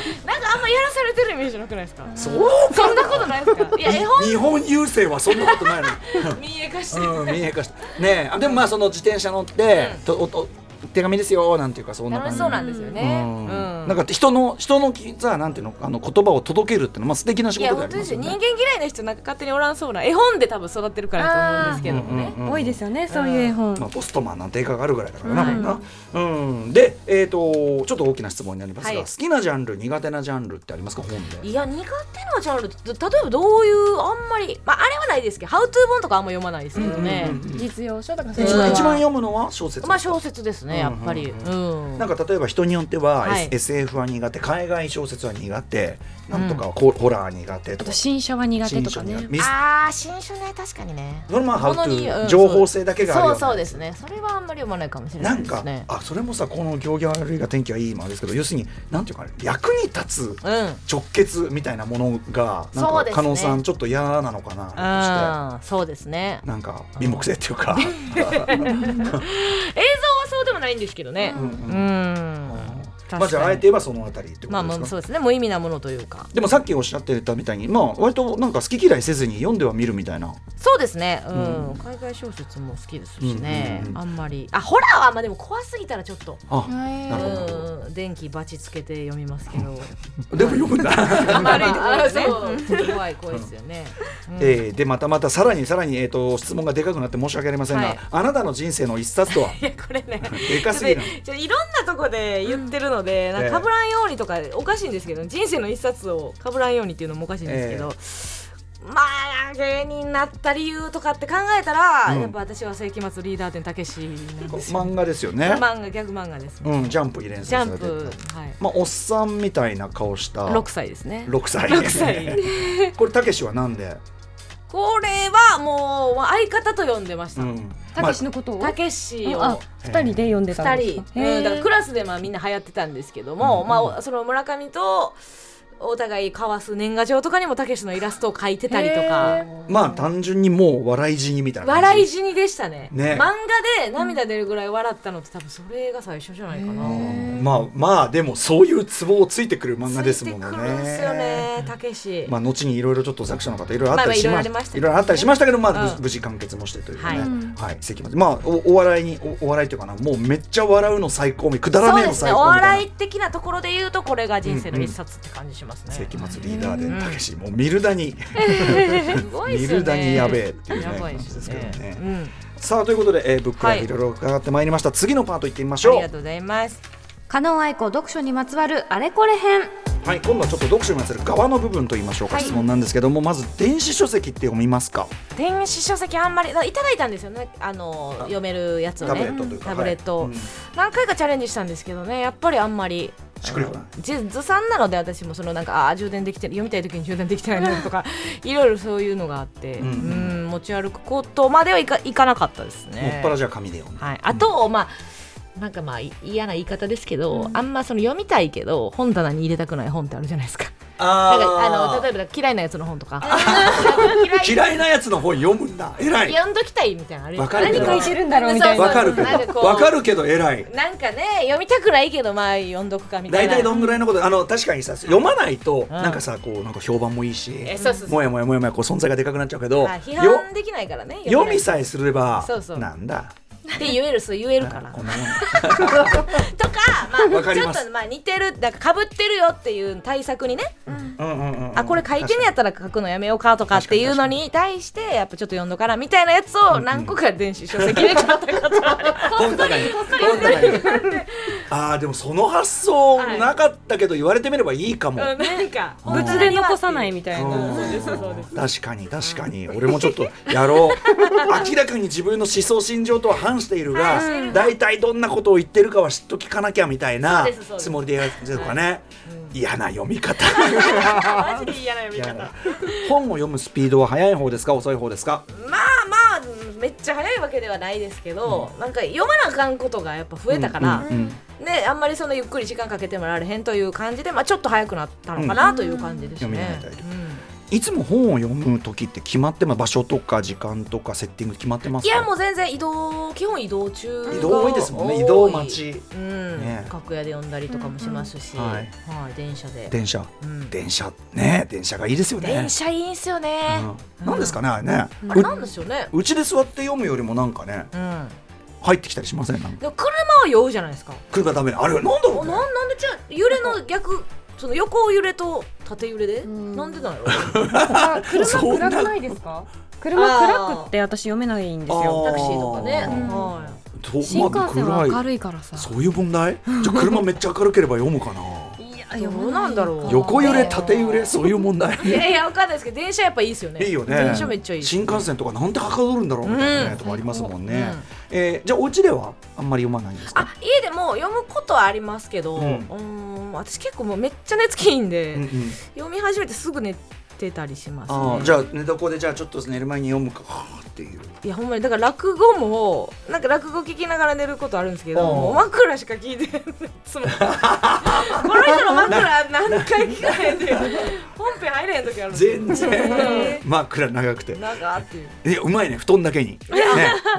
Speaker 4: されてるイメージなくないですか
Speaker 2: そう
Speaker 4: そんなことないですかいや絵
Speaker 2: 日本郵政はそんなことないの
Speaker 4: <laughs> 本民営化してる、
Speaker 2: うん、見えかした。ねえ、あでもまあその自転車乗って、
Speaker 4: うん
Speaker 2: とおと手紙ですよなんていうかそんな
Speaker 4: 楽
Speaker 2: 感
Speaker 4: し
Speaker 2: じ。
Speaker 4: そうなんですよね、
Speaker 2: うん
Speaker 4: うん
Speaker 2: なんか人の人のきさなんていうのあの言葉を届けるってのはまあ素敵な仕
Speaker 4: いや
Speaker 2: 事でありま
Speaker 4: 本当で
Speaker 2: す
Speaker 4: すよ
Speaker 2: よね。
Speaker 4: 人間嫌いな人なんか勝手におらんそうな絵本で多分育ってるからだと思うんですけどもね、
Speaker 2: うんうんうん
Speaker 3: 多いですよね、そういう絵本。
Speaker 2: まあ、ポストマンなんて映画があるぐらいだからな、
Speaker 4: はい
Speaker 2: これなうん、で、えー、とちょっと大きな質問になりますが、
Speaker 4: はい
Speaker 2: 好きなジャンル苦手なジャンルってありますか本で
Speaker 4: いや苦手なジャンルって例えばどういうあんまり、まあ、あれはないですけど「ハウトゥー本」とかあんま読まないですけどね、
Speaker 2: うんうんうん
Speaker 1: 実用書とかそういう
Speaker 2: 一
Speaker 1: の
Speaker 2: 番
Speaker 1: は
Speaker 2: 一番読むのは小説
Speaker 4: まあ小説ですねやっぱり、
Speaker 2: う
Speaker 4: うんん
Speaker 2: なんか例えば人によっては、
Speaker 4: はい
Speaker 2: S- SF は苦手海外小説は苦手なんとかはこうホラー苦手
Speaker 3: あ
Speaker 2: とか
Speaker 3: と、新書は苦手
Speaker 2: 新
Speaker 3: と
Speaker 2: 書
Speaker 3: か
Speaker 2: 苦
Speaker 3: ね
Speaker 2: 手。ミス
Speaker 4: ああ新書ね確かにね
Speaker 2: それまあハウト
Speaker 4: ものにうん
Speaker 2: 情報性だけがある
Speaker 4: そう
Speaker 2: よ
Speaker 4: そうですねそれはあんまり読まないかもしれ
Speaker 2: な
Speaker 4: なんいで
Speaker 2: か
Speaker 4: すね
Speaker 2: あそれもさこの行儀悪いが天気はいいもあれですけど要するになんていうかね役に立つ
Speaker 4: うん
Speaker 2: 直結みたいなものがなん
Speaker 4: そう
Speaker 2: か
Speaker 4: です
Speaker 2: 加
Speaker 4: ね
Speaker 2: 納さんちょっと嫌なのかなとして
Speaker 4: うんそうですね
Speaker 2: なんか貧乏性っていう <laughs> か
Speaker 4: 映像はそうでもないんですけどね
Speaker 2: うんう
Speaker 4: うん、
Speaker 2: ん
Speaker 4: 確かに
Speaker 2: まあじゃああえて言えばそのあたりってこ
Speaker 4: まあ
Speaker 2: と
Speaker 4: ま
Speaker 2: です
Speaker 4: あ
Speaker 2: か
Speaker 4: そうですね無意味なものというか
Speaker 2: でもさっきおっしゃってたみたいにまあ割となんか好き嫌いせずに読んでは見るみたいな
Speaker 4: そうですね、うん
Speaker 2: うん
Speaker 4: 海外小説も好きですしね、
Speaker 2: うんうんうん
Speaker 4: あんまりあホラーはまあでも怖すぎたらちょっと
Speaker 2: あ
Speaker 1: はい
Speaker 2: なるほど
Speaker 4: うん電気バチつけて読みますけど
Speaker 2: でも読むんだ
Speaker 4: あんまりそう怖い怖いですよね、うん
Speaker 2: えーでまたまたさらにさらに、えー、と質問がでかくなって申し訳ありませんが、
Speaker 4: はい
Speaker 2: あなたの人生の一冊とは
Speaker 4: <laughs> いやこれね
Speaker 2: で
Speaker 4: ちょ
Speaker 2: か
Speaker 4: っと
Speaker 2: す
Speaker 4: ね
Speaker 2: ぎない
Speaker 4: ちょっといろんなとこで言ってるので、
Speaker 2: ん
Speaker 4: なんか被らんようにとかおかしいんですけど人生の一冊を被らんようにっていうのもおかしいんですけど、まあ芸人になった理由とかって考えたら、
Speaker 2: うん
Speaker 4: やっぱ私は世紀末リーダー店たけしなんですよ
Speaker 2: 漫画ですよね、
Speaker 4: 漫画ギャグ漫画ですね、
Speaker 2: うん、ジャンプに連
Speaker 4: ジャ
Speaker 2: 載さ
Speaker 4: ン
Speaker 2: れて
Speaker 4: プ
Speaker 2: る、
Speaker 4: はい、
Speaker 2: まあ、おっさんみたいな顔した
Speaker 4: 6歳ですね
Speaker 2: 六歳
Speaker 4: 六歳
Speaker 2: <laughs> これたけしはなんで、
Speaker 4: これはもう相方と呼んでまし
Speaker 2: う
Speaker 4: た
Speaker 2: ん
Speaker 3: たけしのことを。
Speaker 4: たけし
Speaker 3: あ
Speaker 4: を、
Speaker 3: 二人で読んでたん
Speaker 4: 2
Speaker 3: です
Speaker 4: 人
Speaker 3: か。、
Speaker 4: うん、だからク
Speaker 3: ら
Speaker 4: ラスでまあみんな流行ってたんですけども、
Speaker 2: うん
Speaker 4: まあ、その村上とお互い交わす年賀状とかにもたけしのイラストを描いてたりとか
Speaker 2: まあ、まあ単純にもう笑い死にみたいな感じ
Speaker 4: 笑い死にでしたね
Speaker 2: ね
Speaker 4: 漫画で涙出るぐらい笑ったのって多分それが最初じゃないかな。
Speaker 2: うんまあまあでもそういうツボをついてくる漫画ですもんね
Speaker 4: ついてくるんですよねねたけし
Speaker 2: まあ、後にいろいろちょっと作者の方いろいろあっ
Speaker 4: まあ
Speaker 2: た
Speaker 4: まあ
Speaker 2: りしま
Speaker 4: いろいろありました
Speaker 2: い
Speaker 4: けどね
Speaker 2: ろいろあったりしましたけど、まあ、
Speaker 4: うん
Speaker 2: 無無事完結もしてというね、
Speaker 4: は
Speaker 2: はいい
Speaker 3: うん
Speaker 2: 関町まあおお笑いにおお笑いというかなもうめっちゃ笑うの最高みくだら
Speaker 4: そう
Speaker 2: ねえ
Speaker 4: で
Speaker 2: の
Speaker 4: すね
Speaker 2: 最
Speaker 4: お
Speaker 2: 高みたい
Speaker 4: 笑い
Speaker 2: な
Speaker 4: 的なところで言うとこれが人生の一冊って感じしますね、
Speaker 2: 関町リーダー
Speaker 4: う
Speaker 2: で
Speaker 4: ん
Speaker 2: たけしもう見るだ
Speaker 4: <laughs>
Speaker 2: に
Speaker 4: すごいっ
Speaker 2: 見
Speaker 4: すよ
Speaker 2: る
Speaker 4: ね
Speaker 2: だにやべえっていうね
Speaker 4: やばい
Speaker 2: 感
Speaker 4: っ
Speaker 2: じ
Speaker 4: す
Speaker 2: で
Speaker 4: よ
Speaker 2: すけど
Speaker 4: ね
Speaker 2: ね
Speaker 4: うん
Speaker 2: さあということで、えー、ブックライ
Speaker 4: は
Speaker 2: ブ
Speaker 4: い
Speaker 2: いろいろ伺ってまいりました次のパート行ってみまし
Speaker 4: あ
Speaker 2: ょ
Speaker 4: り
Speaker 2: う
Speaker 4: がとうございます
Speaker 3: 加納愛子読書にまつわるあれこれ編
Speaker 2: はい今度はちょっと読書に関する側の部分と言いましょうか、
Speaker 4: はい
Speaker 2: 質問なんですけどもまず電子書籍って読みますか
Speaker 4: 電子書籍あんまりいただいたんですよねあの読めるやつを
Speaker 2: タブレ
Speaker 4: ね
Speaker 2: ットというか、
Speaker 4: タブレット
Speaker 2: はいうん
Speaker 4: 何回かチャレンジしたんですけどねやっぱりあんまり
Speaker 2: しっくりこない
Speaker 4: じずさんなので私もそのなんかあー充電できて読みたい時に充電できてないな
Speaker 2: <laughs>
Speaker 4: とかいろいろそういうのがあって、
Speaker 2: う
Speaker 4: うんん持ち歩くことまではいかいかなかったです
Speaker 2: も
Speaker 4: ね
Speaker 2: っ。ぱらじゃあ紙で読む、
Speaker 4: はい、あと、まあなんかまあい嫌な言い方ですけど、あんまその読みたいけど本棚に入れたくない本ってあるじゃないですか。
Speaker 2: あ
Speaker 4: な
Speaker 2: ー
Speaker 4: んかあの例えば嫌い <laughs> なやつの本とかなんか嫌い
Speaker 2: 嫌いなやつの本読むんだ偉い
Speaker 4: 読んどきたいみたいなのある
Speaker 2: わかるけど何書いて
Speaker 3: るんだろうみたい
Speaker 2: <laughs>
Speaker 3: な
Speaker 2: わかるけ
Speaker 4: なん
Speaker 2: ど
Speaker 4: こう
Speaker 2: わかるけど偉い
Speaker 4: なんかね読みたくないけどまあ読んどくかみたい
Speaker 2: 大
Speaker 4: な。
Speaker 2: 体どんぐらいのことあの確かにさ読まないと
Speaker 4: ん
Speaker 2: なんかさこうなんか評判もいいし
Speaker 4: えそうそうそう
Speaker 2: もやもやもやもやこう存在がでかくなっちゃうけどよ
Speaker 4: あ批判できないからね
Speaker 2: 読み
Speaker 4: さ
Speaker 2: さえすれば
Speaker 4: そうそう
Speaker 2: なんだ
Speaker 4: って言えるそう言えるから
Speaker 2: こんなもん
Speaker 4: とかま
Speaker 2: わ
Speaker 4: あ
Speaker 2: か
Speaker 4: ち
Speaker 2: り
Speaker 4: ょ
Speaker 2: ま
Speaker 4: っ
Speaker 2: す
Speaker 4: とまあ似てるだかぶってるよっていう対策にね <laughs>
Speaker 2: うんうんうんうん
Speaker 4: あこれ書いてんやったら書くのやめようかとかっていうのに対してやっぱちょっと読んどからみたいなやつを何個か電子書籍で買ったことある
Speaker 2: 本棚に本棚に <laughs> あーでもその発想なかったけど言われてみればいいかも
Speaker 4: うんなんか
Speaker 3: 物で残さないみたいな
Speaker 2: 確かに確かに俺もちょっとや
Speaker 4: <laughs>
Speaker 2: ろう明らかに自分の思想心情とは反しているが大体どんなことを言ってるかは知っときかなきゃみたいな
Speaker 4: そうですそうです
Speaker 2: つもりでやるとかね嫌な読み方
Speaker 4: マジで嫌な読み
Speaker 2: 嫌
Speaker 4: 方
Speaker 2: な本を読むスピードは速い方ですか遅い方ですか
Speaker 4: まあまあめっちゃ早いわけではないですけど、なんか読まなあかんことがやっぱ増えたから、
Speaker 2: うんうん
Speaker 4: ね、あんまりそのゆっくり時間かけてもらわれへんという感じで、まあ、ちょっと早くなったのかなという感じです
Speaker 2: うん読み慣
Speaker 4: ね
Speaker 2: れたりと。
Speaker 4: うん
Speaker 2: いつも本を読む時って決まってます場所とか時間とかセッティング決まってます
Speaker 4: い
Speaker 2: か
Speaker 4: やもう全然移動基本移動中が
Speaker 2: 移動多いですもんね移動待ち
Speaker 4: うん、
Speaker 2: ね
Speaker 4: 楽屋で呼んだりとかもしますし、
Speaker 2: うんうんは
Speaker 4: はいい電車で、
Speaker 2: 電車
Speaker 4: うん
Speaker 2: 電車ね電車がいいですよね
Speaker 4: 電車いいんすよね、
Speaker 2: うん、なんですかねあれね、
Speaker 4: あ
Speaker 2: う
Speaker 4: れなんですよね、
Speaker 2: うちで座って読むよりもなんかね
Speaker 4: うん、
Speaker 2: 入ってきたりしませんなんか
Speaker 4: でも車は酔うじゃないですか
Speaker 2: 来るがダメなあれなんだろ
Speaker 4: お
Speaker 2: うね
Speaker 4: なんなんでじゃあ揺れの逆その横揺れと縦揺れで、
Speaker 3: ん
Speaker 4: なんでなんやろ
Speaker 2: そんな
Speaker 3: ないですか車暗くって私読めないんですよ
Speaker 2: あ
Speaker 4: タクシーとかね、
Speaker 2: うん
Speaker 4: は
Speaker 2: と
Speaker 3: 新
Speaker 2: まあ
Speaker 3: 幹線は明
Speaker 2: 暗い
Speaker 3: るいからさ
Speaker 2: そういう問題じゃあ車めっちゃ明るければ読む
Speaker 4: <laughs>
Speaker 2: かな
Speaker 3: いや
Speaker 4: いどうなんだろう
Speaker 2: 横揺れ縦揺れそういう問
Speaker 4: <laughs>
Speaker 2: 題
Speaker 4: い、いやいやわかんないですけど電車やっぱいいですよね
Speaker 2: いいよね
Speaker 4: 電車めっちゃいい
Speaker 2: 新幹線とかなんてはかどるんだろうみたいなね、
Speaker 4: うん
Speaker 2: とかありますもんね、えーじゃあお家ではあんまり読まないんですか
Speaker 4: あ家でも読むことはありますけど、
Speaker 2: う
Speaker 4: うんーん、私結構もうめっちゃ寝つきいいんで、
Speaker 2: うんうん、
Speaker 4: 読み始めてすぐ寝てたりします
Speaker 2: あ
Speaker 4: ね
Speaker 2: ーじゃあ寝床でじゃあちょっと寝る前に読むかはーっていう
Speaker 4: いやほんまにだから落語もなんか落語聞きながら寝ることあるんですけど
Speaker 2: うん
Speaker 4: もう枕しか聞いてないいつもこの人の枕何回聞かへんで本編入れへん時あるんですよ
Speaker 2: 全然 <laughs> まあ暗長くて
Speaker 4: なんかあっていう
Speaker 2: えうまいね布団だけに、ね、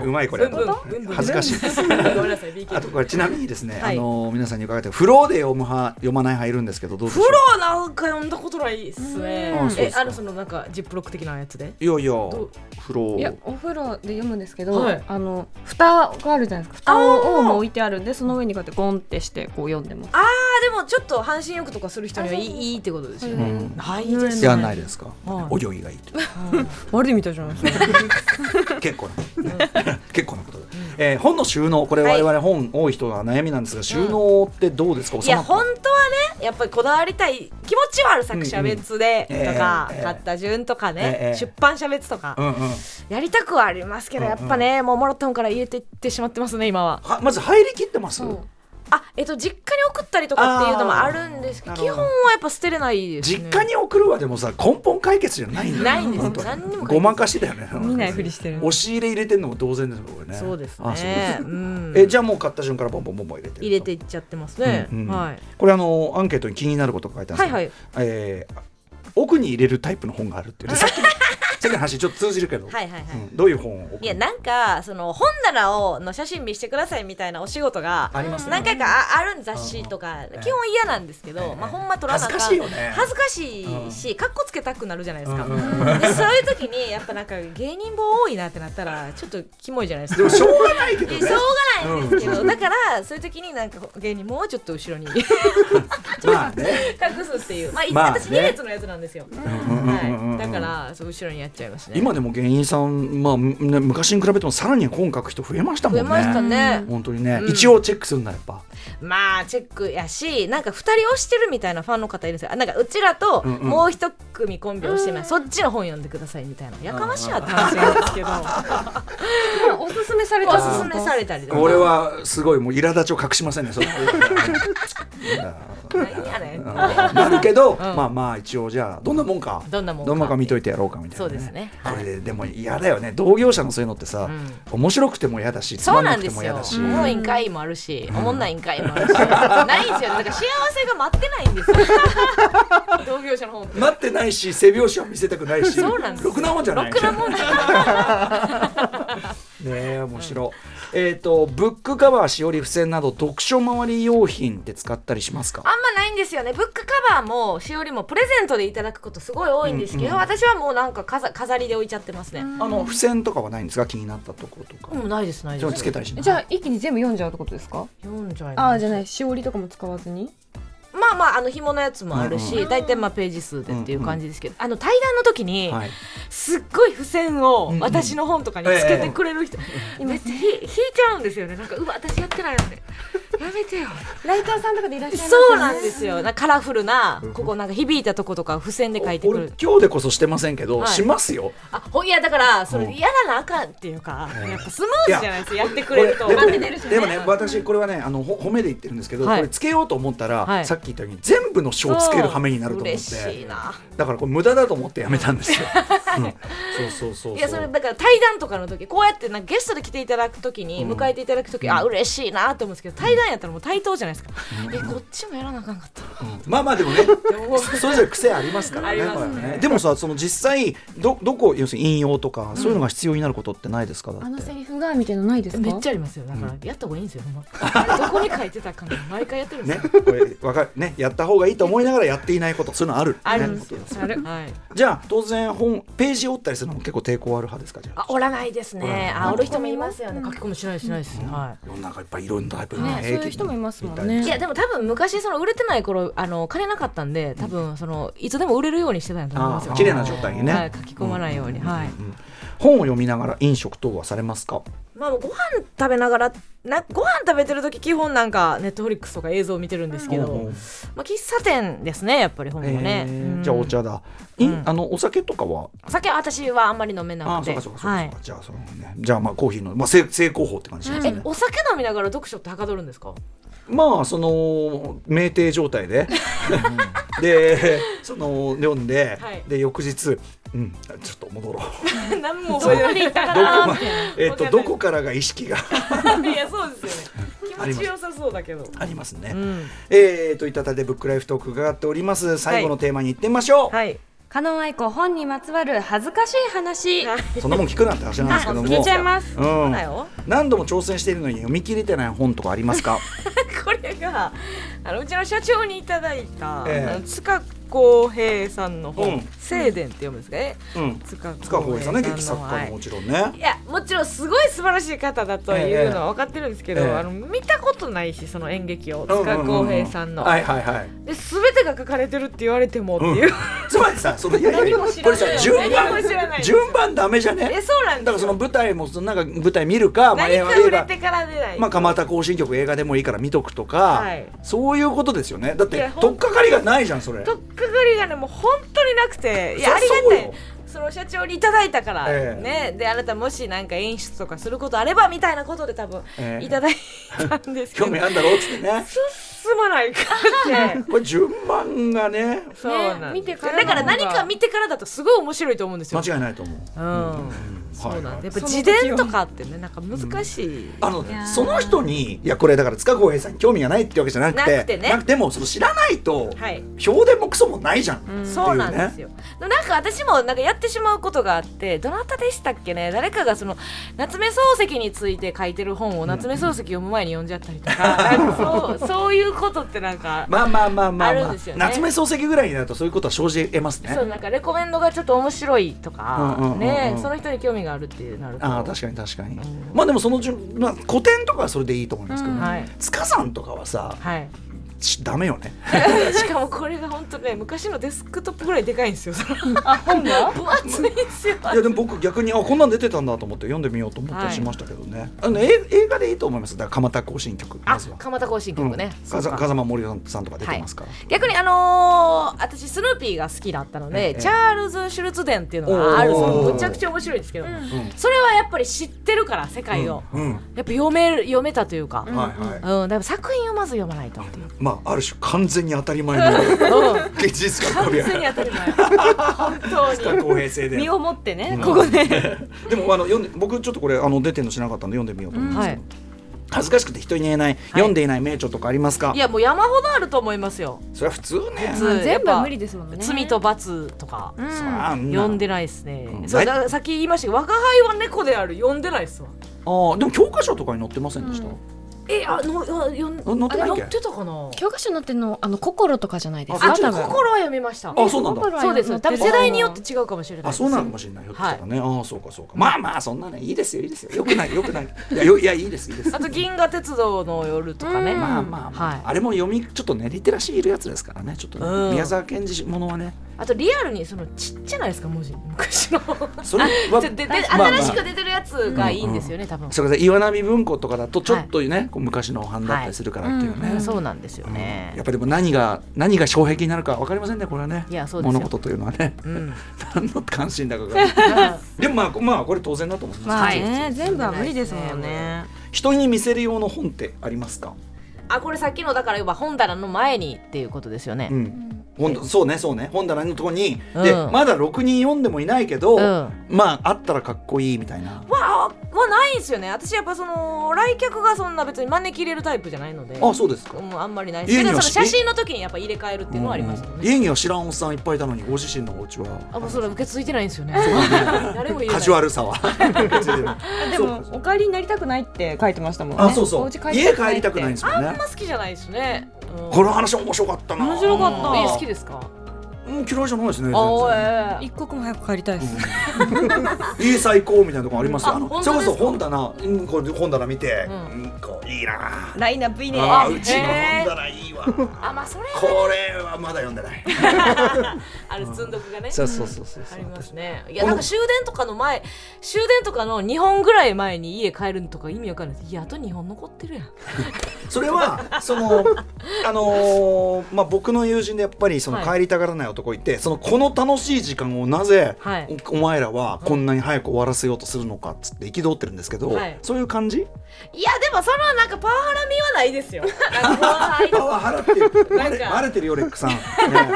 Speaker 2: うまいこれ
Speaker 4: ブンブンブンブン
Speaker 2: 恥ずかしいです
Speaker 4: ごめんなさい BK
Speaker 2: あとこれちなみにですね、
Speaker 4: はい
Speaker 2: あの皆さんに伺ってフローで読む派読まない派いるんですけどどうでし
Speaker 4: 風
Speaker 2: ょう
Speaker 4: 呂なんか読んだことないっすね
Speaker 2: うんあそうで
Speaker 4: え
Speaker 2: すか
Speaker 4: あのそのなんかジップロック的なやつで
Speaker 2: いやいや
Speaker 4: う
Speaker 2: フロ
Speaker 3: いや
Speaker 2: ー
Speaker 3: お風呂で読むんですけど、
Speaker 4: はい
Speaker 3: あの蓋があるじゃないですか蓋をもう置いてあるんでその上にこうやってゴンってしてこう読んでます
Speaker 4: あでもちょっと半身浴とかする人にはい
Speaker 3: あそう
Speaker 4: いいいってことですよ
Speaker 3: う
Speaker 4: ね。
Speaker 2: ん
Speaker 4: はい
Speaker 3: いですね
Speaker 2: やんないですか、
Speaker 4: はい
Speaker 2: 泳ぎがいいと
Speaker 3: 悪いみたいじゃないですか
Speaker 2: <laughs> 結構な、結構なことで、えー本の収納これ
Speaker 4: は
Speaker 2: 我
Speaker 4: い
Speaker 2: 々本多い人は悩みなんですが収納ってどうですか、
Speaker 4: い
Speaker 2: 収ま
Speaker 4: や
Speaker 2: った
Speaker 4: 本当はねやっぱりこだわりたい気持ちはある作者別で
Speaker 2: うんうん
Speaker 4: とか、
Speaker 2: ええ
Speaker 4: 買った順とかね、
Speaker 2: ええ
Speaker 4: 出版社別とか、
Speaker 2: うんうん
Speaker 4: やりたくはありますけどやっぱね、もうもらった本から入れていってしまってますね今は
Speaker 2: はまず入りきってます
Speaker 4: あえっと実家に送ったりとかっていうのもあるんですけ
Speaker 2: あ
Speaker 4: ど
Speaker 2: ー
Speaker 4: 基本はやっぱ捨てれないです、ね、
Speaker 2: 実家に送るはでもさ根本解決じゃないんだよ
Speaker 4: ないんですよ
Speaker 2: 本当に
Speaker 4: 何にも解決
Speaker 2: ごまかしだよ
Speaker 4: <laughs>
Speaker 2: ね
Speaker 3: 見ないふりしてる
Speaker 2: 押し入れ入れてんのも当然ですよこれね
Speaker 4: そうです
Speaker 2: あそうで
Speaker 4: ね
Speaker 2: す
Speaker 4: うん
Speaker 2: えじゃあもう買った瞬間からボンボンボンボン入れてる
Speaker 4: 入れていっちゃってますね、
Speaker 2: うんうん
Speaker 4: はい
Speaker 2: これあのアンケートに気になることが書いてあるんですけど、
Speaker 4: はいはい
Speaker 2: え
Speaker 4: <laughs>
Speaker 2: ー奥に入れるタイプの本があるっていうねさっきのささっきの話ちょっと通じるけど、
Speaker 4: はいはいはい、
Speaker 2: うんどういう本を送る
Speaker 4: いやなんかその本棚をの写真見してくださいみたいなお仕事が
Speaker 2: ありますね
Speaker 4: 何回かああるん雑誌とか
Speaker 2: うん
Speaker 4: 基本嫌なんですけ
Speaker 2: ええ
Speaker 4: ど、まあ、ほんま撮らな
Speaker 2: 恥ず
Speaker 4: あかん
Speaker 2: かしいよね
Speaker 4: 恥ずかしいしかっこつけたくなるじゃないですか、
Speaker 2: うんうん
Speaker 4: でそういう時にやっぱなんか芸人棒多いなってなったらちょっとキモいじゃないです
Speaker 2: で
Speaker 4: か
Speaker 2: もしょうがないけどね
Speaker 4: いやしょうがないんですけど、だからそういう時になんか芸人もうちょっと後
Speaker 2: <laughs>
Speaker 4: ろに隠
Speaker 2: まあね
Speaker 4: すっていうまあ、い
Speaker 2: まあね
Speaker 4: 私2列のやつなんですよ、
Speaker 2: うんうんうんう
Speaker 4: は
Speaker 2: ん
Speaker 4: い、だからそう後ろにやっちゃいますね
Speaker 2: 今でも芸人さん、まあね、昔に比べてもさらに本書く人増えましたもん
Speaker 4: 増
Speaker 2: ね
Speaker 4: えましたね、
Speaker 2: 本当にね、
Speaker 4: うん
Speaker 2: 一応チェックするんだやっぱ
Speaker 4: まあチェックやしなんか2人推してるみたいなファンの方いるんですよあなんかうちらと
Speaker 2: うんうん
Speaker 4: もう一組コンビ推してない、そっちの本読んでくださいみたいなやかましいわって話なん <laughs> ですけど
Speaker 3: おすすめされ
Speaker 4: お
Speaker 3: た
Speaker 4: すすめされたりとか
Speaker 2: 俺はすごいもう苛立ちを隠しませんね
Speaker 4: <laughs>
Speaker 2: それ
Speaker 4: 何やねん
Speaker 2: なるけど、まあまあ一応じゃあどんなもんか
Speaker 4: どんなもんか
Speaker 2: どん見といてやろうかみたいな、
Speaker 4: そうですね
Speaker 2: これででも嫌だよね同業者のそういうのってさ、
Speaker 4: ん
Speaker 2: 面白くても嫌だしつ
Speaker 4: そ
Speaker 2: ま
Speaker 4: うん
Speaker 2: な
Speaker 4: なん
Speaker 2: く
Speaker 4: で
Speaker 2: ても
Speaker 4: す
Speaker 2: 嫌
Speaker 4: よ
Speaker 2: だし
Speaker 4: おもろいんかいもあるしおもんないんかいもある <laughs> しないんですよねだから幸せが待ってないんです <laughs> よ同業者の本って
Speaker 2: 待ってないし背拍子は見せたくないし
Speaker 4: そうなんですよ
Speaker 2: ろくなもんじゃない
Speaker 4: ろくなもんじゃない
Speaker 2: ねえ面白い、えっ、とブックカバーしおり付箋など読書周り用品って使ったりしますか
Speaker 4: あんまないんですよねブックカバーもしおりもプレゼントでいただくことすごい多いんですけど、私はもうなんか飾飾りで置いちゃってますね、
Speaker 2: あの付箋とかはないんですか気になったところとか、
Speaker 4: もうないですない
Speaker 2: ちょ
Speaker 4: で
Speaker 2: っとつ
Speaker 4: す
Speaker 2: けたりしない
Speaker 3: じゃあ一気に全部読んじゃうってことですか
Speaker 4: 読んじゃい
Speaker 3: あ
Speaker 4: ま
Speaker 3: あ
Speaker 4: す
Speaker 3: じゃないしおりとかも使わずに
Speaker 4: まあまああの紐のやつもあるし、
Speaker 2: うん
Speaker 4: 大体まあページ数でっていう感じですけど、あの対談の時に、
Speaker 2: はい、
Speaker 4: すっごい付箋を
Speaker 2: うんうん
Speaker 4: 私の本とかにつけてくれる人、めっちゃひ引いちゃうんですよねなんかうわ私やってないのねやめてよ
Speaker 3: ライターさんとかでいらっしゃいます
Speaker 4: そうなんですよなんかカラフルなここなんか響いたとことか付箋で書いてく
Speaker 2: 俺
Speaker 4: る
Speaker 2: 今日でこそしてませんけど、
Speaker 4: はい
Speaker 2: しますよ
Speaker 4: あほいやだからそ
Speaker 2: うん
Speaker 4: れやらなあかんっていうか、やっぱスムーズじゃないですかやってく
Speaker 2: これ
Speaker 4: れ
Speaker 2: で
Speaker 4: ると
Speaker 2: もでもね私これはねあのほ褒めで言ってるんですけど、
Speaker 4: はい
Speaker 2: これつけようと思ったら、
Speaker 4: はい
Speaker 2: さっき言ったように全部の書をつける羽目になると思って
Speaker 4: 嬉しいな
Speaker 2: だからこれ無駄だと思ってやめたんです
Speaker 4: <laughs>
Speaker 2: よ、うんそうそうそうそう
Speaker 4: いやそれだから対談とかの時こうやってなんかゲストで来ていただく時に
Speaker 2: うん
Speaker 4: 迎えていただく時、あ嬉しいなと思うんですけど対談やったらもう対等じゃないですか、えこっちもやらなあかんかった
Speaker 2: うんまあまあでもねそれぞれ癖ありますからね
Speaker 4: ありますね
Speaker 2: これはねでもさその実際どどこ要するに引用とか、そういうのが必要になることってないですかだって
Speaker 3: あのセリフがみたいなのないですか
Speaker 4: めっちゃありますよだからやった方がいいんですよ、ね、あ <laughs> れどこに書いてたかな毎回やってるんです
Speaker 2: ね
Speaker 4: よ、、
Speaker 2: これわかるねやった方がいいと思いながらやっていないことそういうのある
Speaker 4: ある
Speaker 2: ね
Speaker 4: んですよ
Speaker 2: ことです
Speaker 3: ある
Speaker 4: はい
Speaker 2: じゃあ当然本ページ折ったりするのも結構抵抗ある派ですかじゃあ
Speaker 4: あおらないです
Speaker 2: 折らない
Speaker 4: ねあおる人もいますよね書き込みしないしないです、はい
Speaker 2: 世の中いっぱいいろんなタイプ
Speaker 3: ね
Speaker 2: 平均
Speaker 3: そういう人もいますもんね
Speaker 2: みたいない
Speaker 4: やでも多分昔その売れてない頃あの金なかったんで多分そのいつでも売れるようにしてたんやと思います
Speaker 2: あ
Speaker 4: よ
Speaker 2: ー綺麗な状態にね
Speaker 4: はい、書き込まないように、はい
Speaker 2: 本を読みながら飲食等はされますか
Speaker 4: まあご飯食べながらなご飯食べてる時基本なんかネットフリックスとか映像を見てるんですけど、
Speaker 2: うんうん
Speaker 4: まあ、喫茶店ですねやっぱり本もね、
Speaker 2: え
Speaker 4: う
Speaker 2: ー
Speaker 4: ん
Speaker 2: じゃあお茶だい
Speaker 4: うん
Speaker 2: あのお酒とかは
Speaker 4: 酒は私はあんまり飲めな
Speaker 2: あ
Speaker 4: く
Speaker 2: そう
Speaker 4: て
Speaker 2: かそうかそうか
Speaker 4: は
Speaker 2: そう
Speaker 4: い
Speaker 2: かじゃあそのねじゃあまあコーヒーのまあ正正攻法って感じです
Speaker 4: え
Speaker 2: ね
Speaker 4: お酒飲みながら読書ってはかどるんですか
Speaker 2: まあその酩酊状態ででその読んで
Speaker 4: はい
Speaker 2: で翌日うんちょっと戻ろう
Speaker 4: <laughs> 何も覚えられな
Speaker 2: ど
Speaker 4: い
Speaker 2: こまえっ
Speaker 4: わかんな
Speaker 2: と
Speaker 4: い
Speaker 2: どこからが意識が
Speaker 4: いやそうですよね
Speaker 2: あ
Speaker 4: 気
Speaker 2: りま
Speaker 4: 持
Speaker 2: す
Speaker 4: ちよさそうだけど
Speaker 2: ありますね
Speaker 4: うん
Speaker 2: えー、といったあたりでブックライフトーク伺っております最後のテーマに行ってみましょう、
Speaker 4: はい
Speaker 3: 加納愛子本にまつわる恥ずかしい話
Speaker 2: そんなもん聞くなんて話なんですけども
Speaker 3: 聞いちゃいます
Speaker 2: う
Speaker 4: だ
Speaker 2: ん、
Speaker 4: よ
Speaker 2: 何度も挑戦しているのに読み切れてない本とかあります
Speaker 4: <laughs>
Speaker 2: か
Speaker 4: これがあのうちの社長にいただいた、
Speaker 2: ええ
Speaker 4: あの塚浩平さんの本
Speaker 2: う
Speaker 4: 「
Speaker 2: ん
Speaker 4: 静電」って読むんですかね
Speaker 2: うん
Speaker 4: 塚
Speaker 2: 塚越さんね劇作
Speaker 4: は
Speaker 2: 家
Speaker 4: い
Speaker 2: ももちろんね
Speaker 4: いやもちろんすごい素晴らしい方だというのは分かってるんですけど、
Speaker 2: ええ
Speaker 4: あの見たことないしその演劇を
Speaker 2: うんうん
Speaker 4: 塚
Speaker 2: うんうん
Speaker 4: 浩平さんの、
Speaker 2: はいはいはい
Speaker 4: で全てが書かれてるって言われてもっていう、
Speaker 2: つまりさそのいやいやいや
Speaker 4: 何も知
Speaker 2: こ
Speaker 4: ら
Speaker 2: れ
Speaker 4: ない
Speaker 2: さ順
Speaker 4: 何も知らな
Speaker 2: 番
Speaker 4: い
Speaker 2: 順番ダメじゃ
Speaker 4: え
Speaker 2: ね
Speaker 4: そうなん
Speaker 2: だ
Speaker 4: で
Speaker 2: から
Speaker 4: すよ
Speaker 2: その舞台もそのなんか舞台見るか、まあ、
Speaker 4: 何
Speaker 2: 映画
Speaker 4: か
Speaker 2: 映
Speaker 4: 売れ
Speaker 2: 画
Speaker 4: てから出ない、
Speaker 2: まあ蒲田行進曲映画でもいいから見とくとか、
Speaker 4: はい
Speaker 2: そういうことですよねだっ
Speaker 4: い
Speaker 2: て
Speaker 4: やほ
Speaker 2: 取
Speaker 4: ん
Speaker 2: っかかりがないじゃんそれ
Speaker 4: とっかかりがねもう本当になくていやあ
Speaker 2: そ
Speaker 4: り
Speaker 2: りゃそ
Speaker 4: がた
Speaker 2: うよ
Speaker 4: いその社長にいただいたから、
Speaker 2: ええ
Speaker 4: ねであなたもしなんか演出とかすることあればみたいなことで多分
Speaker 2: ええ
Speaker 4: いただいたんです
Speaker 2: <laughs>
Speaker 4: け
Speaker 2: 興
Speaker 4: ど、
Speaker 2: 味あんだろうっつってね
Speaker 4: 進まないから
Speaker 2: <laughs>
Speaker 4: って
Speaker 2: これ順番がね
Speaker 4: <laughs> そうなんです
Speaker 3: 見てからの
Speaker 4: だ
Speaker 3: 方が
Speaker 4: から何か見てからだとすごい面白いと思うんですよ
Speaker 2: 間違いないと思う
Speaker 4: うんそうなん
Speaker 2: はい
Speaker 4: でやっ
Speaker 3: そ
Speaker 4: ぱ
Speaker 3: の時
Speaker 4: 自伝とかってねなんか難しい、
Speaker 2: あの
Speaker 3: やー
Speaker 2: その人にいやこれだから塚公平さんに興味がないってわけじゃなくて
Speaker 4: なくてね
Speaker 2: でもその知らないと、
Speaker 4: はい
Speaker 2: 評伝もクソもないじゃん、
Speaker 3: うん
Speaker 4: そうなんですよ。でもなんか私もなんかやってしまうことがあって、どなたでしたっけね、誰かがその夏目漱石について書いてる本を夏目漱石読む前に読んじゃったりとか、なんかそうそういうことってなんか。
Speaker 2: まあまあまあまあ,、ま
Speaker 4: ある
Speaker 2: あ
Speaker 4: んですよね
Speaker 2: 夏目漱石ぐらいになるとそういうことは生じ得ますね
Speaker 4: そうなんかレコメンドがちょっと面白いとか、
Speaker 2: うんうんうんうん
Speaker 4: ねその人に興味があるってなると
Speaker 2: ああ確かに確かに、
Speaker 4: ん
Speaker 2: まあでもその順、まあ、古典とかはそれでいいと思いますけど、
Speaker 3: うん
Speaker 2: ね
Speaker 4: はい
Speaker 2: 塚さんとかはさ
Speaker 4: はい
Speaker 2: <laughs> ちダメよ
Speaker 4: <laughs>
Speaker 2: ね
Speaker 4: しかもこれが本当ね昔のデスクトップぐらいでかいんですよあ本が <laughs> 分厚いんですよ
Speaker 2: いやでも僕逆にあこんなん出てたんだと思って読んでみようと思ったりしましたけどね、あの映映画でいいと思いますだから蒲田行進曲
Speaker 4: あ
Speaker 2: まずは、
Speaker 4: 蒲田行進
Speaker 2: うん
Speaker 4: 曲ね、そ
Speaker 2: か
Speaker 4: う
Speaker 2: ざ
Speaker 4: か
Speaker 2: 風間森さんとか出てますから、
Speaker 4: 逆にあのー私スヌーピーが好きだったの
Speaker 2: え
Speaker 4: で、
Speaker 2: え
Speaker 4: チャールズ・シュルツ伝っていうのがあるんです
Speaker 2: おー
Speaker 4: よむちゃくちゃ面白いんですけど、
Speaker 3: うん
Speaker 2: うん
Speaker 4: それはやっぱり知ってるから世界を、
Speaker 2: うんうん
Speaker 4: やっぱ読める読めたというか、うん
Speaker 2: はいはい、
Speaker 4: でも作品をまず読ま <laughs> ないとっていう、
Speaker 2: まあある種完全に当たり前の
Speaker 4: うん、
Speaker 2: 現実が
Speaker 4: 完
Speaker 2: こ
Speaker 4: <laughs>
Speaker 2: れ
Speaker 4: 全に当たり前本当に
Speaker 2: 公平性で
Speaker 3: 身をもってね、
Speaker 2: うん
Speaker 3: ここで
Speaker 2: でもあの読んで僕ちょっとこれあの出てるの知らなかったんで読んでみようと思いますけど、恥ずかしくて人に言えない、読んでいない名著とかありますか
Speaker 4: いやもう山ほどあると思いますよ
Speaker 2: それは普通ね
Speaker 4: 普
Speaker 3: 全
Speaker 4: 通
Speaker 3: 部
Speaker 4: やっぱ
Speaker 3: は無理ですもんね
Speaker 4: 罪と罰とか、
Speaker 3: うん
Speaker 2: そらあんな
Speaker 4: 読んでないですね、
Speaker 2: うん
Speaker 4: そうだからさっき言いましたけど「我輩は猫である」読んでないっすわ
Speaker 2: あーでも教科書とかに載ってませんでした、
Speaker 3: うん
Speaker 4: えあのあよん
Speaker 2: 載ってないっけ
Speaker 4: あれ載ってたかな
Speaker 5: 教科書に載ってるのあの心とかじゃないですか
Speaker 4: あ、
Speaker 2: そっち
Speaker 4: ちょ
Speaker 2: の
Speaker 4: っと心は読みました。
Speaker 2: あそうなんだ
Speaker 4: そうです。多分世代によって違うかもしれな
Speaker 2: あ
Speaker 4: い。
Speaker 2: そうなのかもしれないひょっとしたらね、ああそうかそうかまあまあそんなねいいですよいいですよよくないよくないいやよいやいいですいいです
Speaker 4: あと銀河鉄道の夜とかね。
Speaker 3: うん
Speaker 2: まあまあ、まあ
Speaker 4: はい
Speaker 2: あれも読みちょっとねリテラシーいるやつですからねちょっとね、
Speaker 4: うん
Speaker 2: 宮沢賢治ものはね
Speaker 4: あとリアルにそのちっちゃないですか文字昔の。
Speaker 2: それは
Speaker 4: <laughs> ででで
Speaker 2: まあまあ
Speaker 4: 新しく出てるやつがいいんですよね多分。
Speaker 2: それで岩波文庫とかだとちょっとね、こう昔の版だったりするからっていうね、
Speaker 3: はいうん
Speaker 4: そうなんですよ
Speaker 2: や
Speaker 4: ね
Speaker 2: っ。ぱでも何が何が障壁になるかわかりませんねこれはね
Speaker 4: いやそうですよ
Speaker 2: 物事というのはね <laughs>
Speaker 4: うん。
Speaker 2: 何の関心だかが
Speaker 4: <laughs>
Speaker 2: でもまあこまあこれ当然だと思います、
Speaker 3: まあ
Speaker 4: はい
Speaker 3: ね、全部は無理ですもんね。
Speaker 2: 人に見せる用の本ってありますか、
Speaker 4: あこれさっきのだから要は本棚の前にっていうことですよね
Speaker 2: う。ん、本当そうねそうね本棚のとこに、で
Speaker 4: うん
Speaker 2: まだ6人読んでもいないけど、
Speaker 4: うん
Speaker 2: まああったらかっこいいみたいな、
Speaker 4: わあはないんですよね。私やっぱその来客がそんな別に招き入れるタイプじゃないので。
Speaker 2: あそうですか、
Speaker 4: うんあんまりないです
Speaker 2: 家
Speaker 4: け
Speaker 2: に
Speaker 4: ど
Speaker 2: は
Speaker 4: その
Speaker 2: し
Speaker 4: 写真の時にやっぱ入れ替えるっていうのはありましたね。
Speaker 2: 家には知らんおっさんいっぱいいたのにご自身のお家は
Speaker 4: あ、もうそれ受け継いでないんですよね。誰も言えない。
Speaker 2: カジュアルさは <laughs>
Speaker 3: でも、お帰りになりたくないって書いてましたもんね。
Speaker 2: あそうそ
Speaker 3: お
Speaker 2: う
Speaker 3: 家
Speaker 2: 家帰りたくないんで
Speaker 3: って
Speaker 2: すもんね
Speaker 4: あんま好きじゃないですね。うん
Speaker 2: この話面白かったな
Speaker 3: 面白かった
Speaker 4: え好きですか。
Speaker 2: うん、嫌いじゃないですね。
Speaker 4: あおい
Speaker 2: 全然
Speaker 4: ええ
Speaker 3: 一刻も早く帰りたいです。
Speaker 2: いい最高みたいなとこありますよ。
Speaker 4: あ
Speaker 2: あの
Speaker 4: 本
Speaker 2: そ
Speaker 4: 当
Speaker 2: れ
Speaker 4: で
Speaker 2: こ
Speaker 4: すか
Speaker 2: そ本棚、うん、こう本棚見て、
Speaker 4: うん
Speaker 2: うん、こういいな。
Speaker 3: ラインナップいいね。
Speaker 2: あ
Speaker 4: あ
Speaker 2: ーうちの
Speaker 4: へー
Speaker 2: 本棚いいわ。
Speaker 4: あ、まあそれ
Speaker 2: これはまだ読んでない。
Speaker 4: ある積んどくがね。
Speaker 2: そうそうそうそう
Speaker 4: あ
Speaker 2: そう <laughs>
Speaker 4: り。ますね。い
Speaker 2: こ
Speaker 4: や
Speaker 2: の
Speaker 4: なんか終電とかの前、終電とかの2本ぐらい前に家帰るのとか意味わかんないです。いやあと2本残ってるやん。
Speaker 2: それ
Speaker 4: <laughs>
Speaker 2: はそのあのーまあ僕の友人でやっぱりその
Speaker 4: はい
Speaker 2: 帰りたがらない男いて、そのこの楽しい時間をなぜ、
Speaker 4: はい
Speaker 2: おお前らはこんなに早く終わらせようとするのかっつって憤ってるんですけど、
Speaker 4: はい
Speaker 2: そういう感じ？
Speaker 4: いやでもそのなんかパワハラ味はないです <laughs> よ。なんかパワハ
Speaker 2: パ
Speaker 4: ラ
Speaker 2: ワハラっていう。 <laughs> バ
Speaker 4: なん
Speaker 2: レ
Speaker 4: か
Speaker 2: バレてるよレッ
Speaker 4: <laughs>
Speaker 2: クさん。ね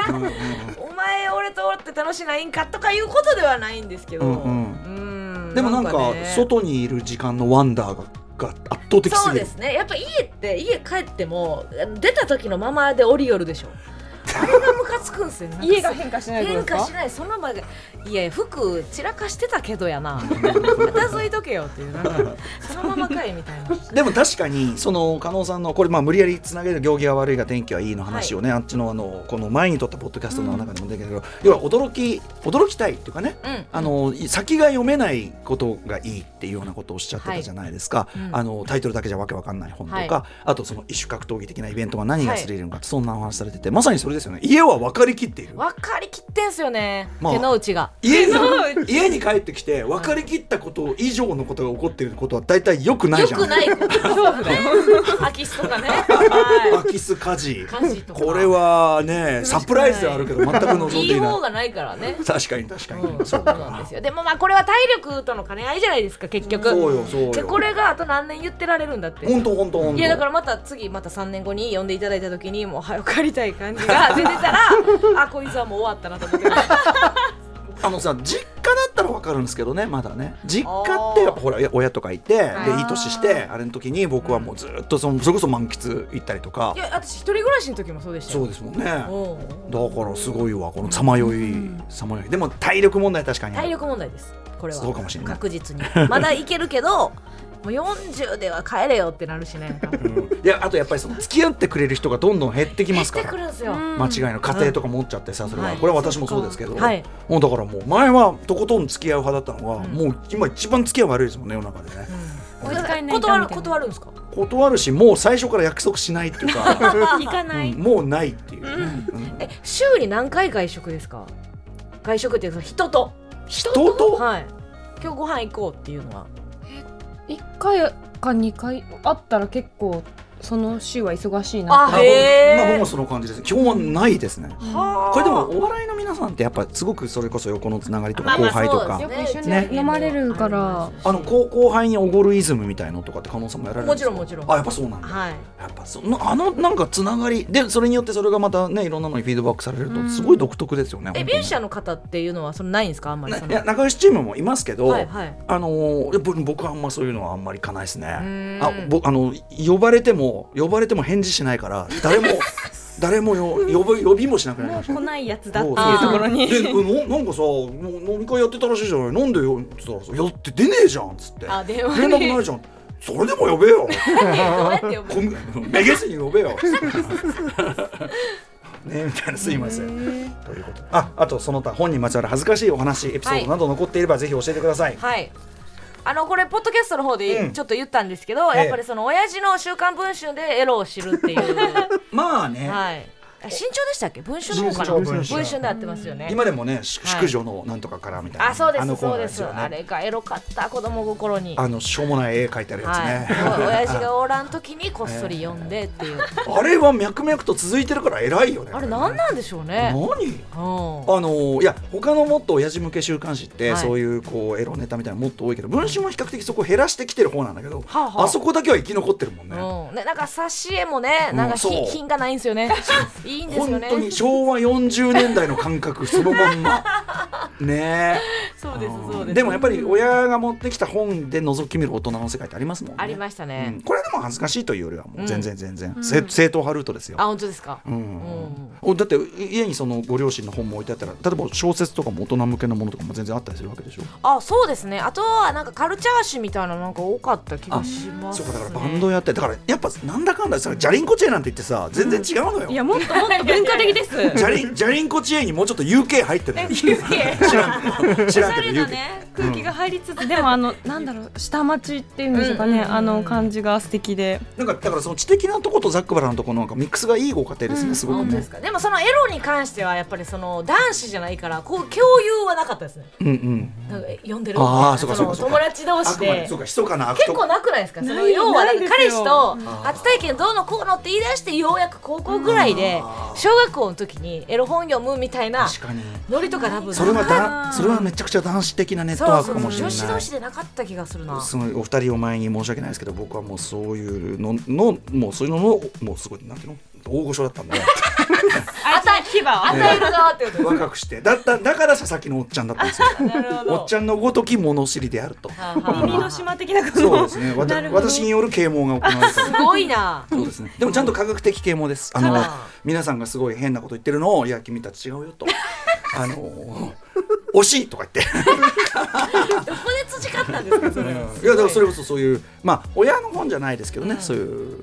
Speaker 2: うんうんうん
Speaker 4: お前俺とおって楽しないんかとかいうことではないんですけど。
Speaker 2: うんうん
Speaker 4: ん
Speaker 2: でもなんか
Speaker 4: ね
Speaker 2: 外にいる時間のワンダーがが圧倒的
Speaker 4: そ
Speaker 2: す
Speaker 4: う
Speaker 2: ぎ
Speaker 4: で
Speaker 2: る。
Speaker 4: すねやっぱ家って家帰っても出た時のままで降りよるで
Speaker 2: <laughs>
Speaker 4: しょあれがムカつくんすよ
Speaker 3: 家が変化しないってこと
Speaker 4: 変
Speaker 3: ですか
Speaker 4: 化しないそのままいや服散らかしてたけどや
Speaker 2: <laughs>
Speaker 4: な片付いとけよっていうなんかそのままかいみたいな
Speaker 2: でも確かにその加納さんのこれまあ無理やりつなげる行儀が悪いが天気はいいの話をね、あっちのあのこの前に撮ったポッドキャストの中でも出てるけど、要は驚き驚きたいっていうかね
Speaker 4: うん
Speaker 2: あの先が読めないことがいいっていうようなことをおっしゃってたじゃないですか、
Speaker 4: いうん
Speaker 2: あのタイトルだけじゃわけわかんない本とか、
Speaker 4: はい
Speaker 2: あとその異種格闘技的なイベントが何がすりるのか、そんなお話されててまさにそれですよね家は分かりきっている
Speaker 4: 分かりきってんすよね、
Speaker 2: まあ
Speaker 4: 手の内が
Speaker 2: 家に家に帰ってきて分かりきったこと以上のことが起こっていることは大体よくない
Speaker 4: よ
Speaker 2: じゃん。
Speaker 4: くないこと
Speaker 2: <laughs>
Speaker 4: <laughs> 空き巣とかね、は
Speaker 2: 空き巣火事 <laughs>
Speaker 4: い、家事とか
Speaker 2: これはねサプライズではあるけど全く望ん
Speaker 4: い
Speaker 2: で
Speaker 4: い
Speaker 2: いない <laughs>
Speaker 4: <laughs> 方がないからね
Speaker 2: 確かに確かに、
Speaker 4: うん
Speaker 2: そ
Speaker 4: そううなん
Speaker 2: か
Speaker 4: ですよでもまあこれは体力との兼ね合いじゃないですか結局
Speaker 2: そうよそうよ
Speaker 4: でこれがあと何年言ってられるんだって
Speaker 2: 本当本当本当
Speaker 4: いやだからまた次また3年後に呼んでいただいた時にもう早く帰りたい感
Speaker 2: <laughs>
Speaker 4: じが出てたらあこいつはもう終わったなと思って
Speaker 2: あのさ実家だったらら分かるんですけどねまだね実家って
Speaker 4: あー
Speaker 2: ほら親とかいてで
Speaker 4: あー
Speaker 2: いい年してあれの時に僕はもうずっとそのそれこそ満喫行ったりとか
Speaker 4: いや私一人暮らしの時もそうでした
Speaker 2: そう
Speaker 4: よ
Speaker 2: ですもんねだか
Speaker 4: うん
Speaker 2: らすごいわこのさまよいさまよいでも体力問題確かにあ
Speaker 4: 体
Speaker 2: る
Speaker 4: 力問題ですこれは
Speaker 2: そうかもしれない
Speaker 4: 確実にまだいけるけどもう40では帰れよってなるしねなんか
Speaker 2: うんいやあとやっぱりその付き合ってくれる人がどんどん減ってきますか
Speaker 4: 来
Speaker 2: ら
Speaker 4: るんですよ、
Speaker 2: 間違いの家庭とか持っちゃってさそれは
Speaker 4: はい
Speaker 2: これは私もそうですけど
Speaker 4: はい
Speaker 2: もうだからもう前はとことん付き合う派だったのが
Speaker 4: うん
Speaker 2: もう今一番付き合い悪いですもんね世の中でね
Speaker 3: 追いつかれないとみた
Speaker 4: 断
Speaker 3: い
Speaker 4: る
Speaker 3: な
Speaker 4: 断るんですか
Speaker 2: 断るしもう最初から約束しないっていうか
Speaker 4: <laughs>
Speaker 3: 行か
Speaker 2: う
Speaker 3: ない
Speaker 2: んもうないっていううん
Speaker 4: え週に何回外食ですか外食っていうか人と
Speaker 2: 人と
Speaker 4: はい今日ご飯行こうっていうのは
Speaker 5: 一回か二回あったら結構その週は忙しいな
Speaker 4: あ
Speaker 2: あ
Speaker 4: へ
Speaker 2: まあ僕
Speaker 4: え
Speaker 2: もその感じです基本はないですね
Speaker 4: はあ
Speaker 2: これでもお笑いの皆さんってやっぱすごくそれこそ横のつながりとか
Speaker 4: まあま
Speaker 2: 後
Speaker 4: あ
Speaker 2: 輩と
Speaker 4: そう
Speaker 2: か
Speaker 4: です
Speaker 5: よく一緒
Speaker 4: ね
Speaker 2: ね
Speaker 5: に飲まれるから、
Speaker 2: あの後後輩におごるイズムみたいのとかって加納さんもやられるですか
Speaker 4: もちろんもちろん
Speaker 2: あやっぱそうなんだ
Speaker 4: はい
Speaker 2: やっぱそのあのなんかつながりでそれによってそれがまたねいろんなのにフィードバックされるとすごい独特ですよね。
Speaker 4: え
Speaker 2: 本
Speaker 4: ミ
Speaker 2: 当に
Speaker 4: ュージシャンの方っていうのはそのないんですかあんまりそ
Speaker 2: ねい
Speaker 4: の
Speaker 2: や仲良しチームもいますけど、
Speaker 4: はい
Speaker 2: <laughs>
Speaker 4: はい
Speaker 2: あのー僕僕はあんまそういうのはあんまりいかないですね。
Speaker 4: ーん
Speaker 2: あ僕あの呼ばれても呼ばれても返事しないから誰
Speaker 3: <laughs>
Speaker 2: も誰もよ呼び呼びもしなくなり
Speaker 3: も
Speaker 2: ま
Speaker 3: う
Speaker 2: した。
Speaker 3: 来ないやつだってい
Speaker 2: そうう
Speaker 3: ところに
Speaker 2: でななんかさもう飲み会やってたらしいじゃないなんでよっつったらさ「いやだって出ねえじゃん」っつって
Speaker 4: あ電
Speaker 2: 「
Speaker 4: 話
Speaker 2: 連
Speaker 4: に
Speaker 2: 絡ないじゃん」それでも呼べ
Speaker 3: <laughs>
Speaker 2: よ
Speaker 4: どうやって呼ぶ
Speaker 2: こんめげずに呼べよ。 <laughs> ねみたいなすいません。ということでああとその他本にまつわる恥ずかしいお話エピソードなど残っていればぜひ教えてください。
Speaker 4: はい。あのこれポッドキャストの方
Speaker 2: う
Speaker 4: で
Speaker 2: ん
Speaker 4: ちょっと言ったんですけど、
Speaker 2: ええ
Speaker 4: やっぱりその親父の「週刊文春」でエロを知るっていう
Speaker 2: <laughs>
Speaker 4: は
Speaker 2: まあね、
Speaker 4: いあ新潮でしたっけ文春の方か
Speaker 2: 新
Speaker 4: な
Speaker 2: 潮文
Speaker 4: 文
Speaker 2: 春
Speaker 4: 春であってますよね
Speaker 2: 今でもねし
Speaker 4: はい
Speaker 2: 淑女のなんとかからみたいな、
Speaker 4: あそうです
Speaker 2: のコーナー
Speaker 4: そうです
Speaker 2: よ
Speaker 4: あ
Speaker 2: ね。
Speaker 4: れがエロかった子供心に
Speaker 2: あのしょうもない絵描いてあるやつ
Speaker 4: はい
Speaker 2: ね。<laughs>
Speaker 4: お親父がおらん時にこっそり読んでっていう
Speaker 2: あれは脈々と続いてるから偉いよね。
Speaker 4: あれ何なんでしょうね
Speaker 2: 何
Speaker 4: うん
Speaker 2: あのーいや他のもっと親父向け週刊誌って、
Speaker 4: はい
Speaker 2: そういうこうエロネタみたいなのもっと多いけど文春は比較的そこを減らしてきてる方なんだけど、
Speaker 4: あはあ
Speaker 2: あそこだけは生き残ってるもんね。
Speaker 4: うんねなんか挿絵もねなんかひ
Speaker 2: うんそう
Speaker 4: 品がないんですよね <laughs> いいんですよ
Speaker 2: 本
Speaker 4: ね
Speaker 2: 当に昭和40年代の感覚そのまん
Speaker 4: <laughs>
Speaker 2: まね
Speaker 4: そう
Speaker 2: え
Speaker 4: ですそうです
Speaker 2: でもやっぱり親が持ってきた本で覗き見る大人の世界ってありますもんね
Speaker 4: ありました
Speaker 2: う
Speaker 4: ね
Speaker 2: んこれでも恥ずかしいというよりはもう全然全然、
Speaker 3: うん
Speaker 2: せ正統派ルートですよ
Speaker 4: あ、本当ですか
Speaker 2: うん
Speaker 4: うん
Speaker 2: おだって家にそのご両親の本も置いてあったら例えば小説とかも大人向けのものとかも全然あったりするわけでしょ
Speaker 4: あそうですねあとはなんかカルチャー誌みたいなのなんか多かった気がします、
Speaker 2: そう
Speaker 4: ね、
Speaker 2: かだからバンドやってだからやっぱなんだかんだそれじゃりんこ知恵なんて言ってさ全然違うのよ、
Speaker 3: いやもっともっと文化的 <laughs> です
Speaker 2: じゃりんじゃりんこ知恵にもうちょっと UK 入ってる知らんけど知
Speaker 3: おし
Speaker 2: らん
Speaker 3: ゃ
Speaker 2: け
Speaker 3: れ
Speaker 2: ど
Speaker 3: な
Speaker 2: UK
Speaker 3: ね空気が入りつつ
Speaker 5: でもあのなんだろう下町っていうんでしょうかね、
Speaker 4: うんうん
Speaker 5: あの感じが素敵で
Speaker 2: なんかだからその知的なとことザックバラのとこのなんかミックスがいいご家庭ですね、すごく
Speaker 4: 本当で
Speaker 2: ね
Speaker 4: す。かでもそのエロに関してはやっぱりその男子じゃないからこう共有はなかったですね
Speaker 2: うんうん。
Speaker 4: なんかえ読んでる
Speaker 2: あー
Speaker 4: みたいな
Speaker 2: そうかそうかそうか
Speaker 4: の友達同
Speaker 2: あ
Speaker 4: 士
Speaker 2: くまで
Speaker 4: で
Speaker 2: そうか密かな悪
Speaker 4: 結
Speaker 2: と
Speaker 4: 構なくないですかそ
Speaker 3: な
Speaker 4: の
Speaker 3: い
Speaker 4: 要はなん
Speaker 3: ない
Speaker 4: か
Speaker 3: ですよ
Speaker 4: 彼氏と
Speaker 2: ん
Speaker 4: 初体験どうのこうのって言い出してようやく高校ぐらいで
Speaker 2: あー
Speaker 4: 小学校の時にエロ本読むみたいな
Speaker 2: 確かに。
Speaker 4: ノリとか多分
Speaker 2: それは
Speaker 3: あ
Speaker 2: だ
Speaker 3: ー
Speaker 2: それはめちゃくちゃ男子的なネット
Speaker 4: そう
Speaker 2: ワー
Speaker 4: そ
Speaker 2: ク
Speaker 4: う
Speaker 2: か
Speaker 4: そう
Speaker 2: もしれ
Speaker 4: 女
Speaker 2: ない。
Speaker 4: 子同士でなかった気がするな
Speaker 2: すごいお二人を前に申し訳ないですけど僕はもうそういうののもうそういうののもうすごいなんていうの大御所だった
Speaker 4: <laughs>
Speaker 2: んで
Speaker 3: あた牙は
Speaker 4: 与える側ってこと
Speaker 2: 若くしてだっただから佐々木のおっちゃんだったんですよ。
Speaker 4: <laughs> なるほ
Speaker 2: おっちゃんのごとき物知りであると。
Speaker 4: はあはあ
Speaker 3: 耳の島的なこと
Speaker 2: そうですね。わた
Speaker 3: なるほど
Speaker 2: 私による啓蒙が行われた。
Speaker 4: すごいな
Speaker 2: そうですね。でもちゃんと科学的啓蒙です。あの
Speaker 4: そう
Speaker 2: 皆さんがすごい変なこと言ってるのをいや君たち違うよと。あの惜しいとか言って。
Speaker 4: どこで培ったんですかそ
Speaker 2: <laughs>
Speaker 4: れ
Speaker 2: いやだからそれこそそういうまあ親の本じゃないですけどね、そういう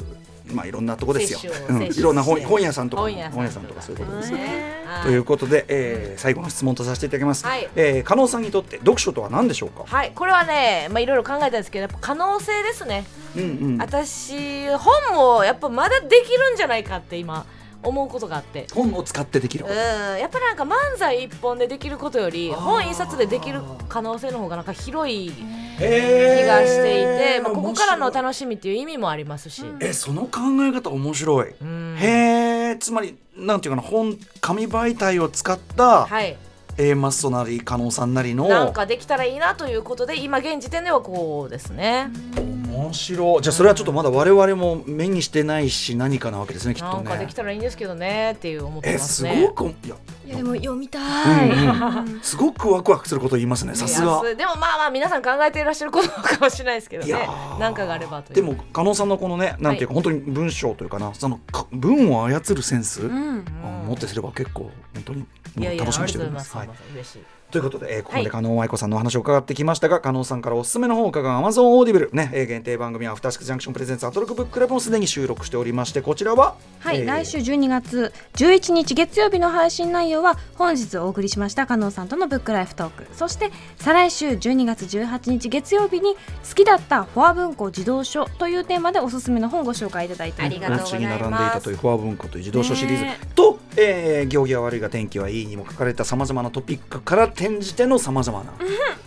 Speaker 2: まあいろんなとこですよ
Speaker 4: 摂取を。
Speaker 2: うん
Speaker 4: 摂取
Speaker 2: いろんな本
Speaker 4: して
Speaker 2: 本屋さんとかも
Speaker 4: 本屋さんとか
Speaker 2: 本屋さんとかそういうことですね。
Speaker 4: はい
Speaker 2: ということで、えー最後の質問とさせていただきます。
Speaker 4: はい
Speaker 2: えー加納さんにとって読書とは何でしょうか。
Speaker 4: はいこれはねまあいろいろ考えたんですけどやっぱ可能性ですね
Speaker 2: うんうん。
Speaker 4: 私本もやっぱまだできるんじゃないかって今思うことがあって
Speaker 2: 本を使ってできる
Speaker 4: うん。やっぱなんか漫才一本でできることより本一冊でできる可能性の方がなんか広い気
Speaker 2: 気
Speaker 4: がしていて、まあ、ここからの楽しみっていう意味もありますし、
Speaker 2: えその考え方面白い。
Speaker 4: うん
Speaker 2: へえつまりなんていうかな本紙媒体を使った、
Speaker 4: はい、
Speaker 2: A マッソなり加納さんなりの
Speaker 4: なんかできたらいいなということで今現時点ではこうですね。
Speaker 2: 面面白いじゃあそれはちょっとまだ我々も目にしてないし何かなわけですねきっ
Speaker 4: な
Speaker 2: と
Speaker 4: んかで
Speaker 2: ね
Speaker 4: きたらいいんですけどねっていう思って
Speaker 2: え
Speaker 4: ます
Speaker 2: す
Speaker 4: ね
Speaker 2: ごくいや
Speaker 3: いやでも読みた
Speaker 2: うん
Speaker 3: い、
Speaker 2: うんすごくワクワクすることを言いますねさすが
Speaker 4: いやでもまあまあ皆さん考えていらっしゃることかもしれないですけど
Speaker 2: いや
Speaker 4: ね
Speaker 2: ー
Speaker 4: なんかがあればという
Speaker 2: でも加納さんのこのねなんていうか、本当に文章というかなそのか文を操るセンス、
Speaker 3: うん
Speaker 4: うん
Speaker 2: あ持ってすれば結構本当に
Speaker 4: いやいや
Speaker 2: 楽しみにして
Speaker 4: あ
Speaker 2: る
Speaker 4: り
Speaker 2: んで
Speaker 4: がとう
Speaker 2: す。
Speaker 4: ござ
Speaker 2: はい
Speaker 4: います、嬉しい
Speaker 2: ということで、えーここ
Speaker 4: は
Speaker 2: で
Speaker 4: い
Speaker 2: 加納愛子さんのお話を伺ってきましたが、加納さんからおすすめの本を伺う Amazon オーディブル、ねえー限定番組「アフターシックスジャンクションプレゼンツアトロックブッククラブ」もすでに収録しておりましてこちらは
Speaker 3: はい、
Speaker 2: えー
Speaker 3: 来週12月11日月曜日の配信内容は本日お送りしました加納さんとのブックライフトークそして再来週12月18日月曜日に好きだったフォア文庫児童書というテーマでおすすめの本をご紹介いただいて
Speaker 4: ありがとうございます
Speaker 2: 並んでいたというフォア文庫という児童書シリーズと、えー行儀は悪いが天気はいいにも書かれたさまざまなトピックから転じてのさまざまな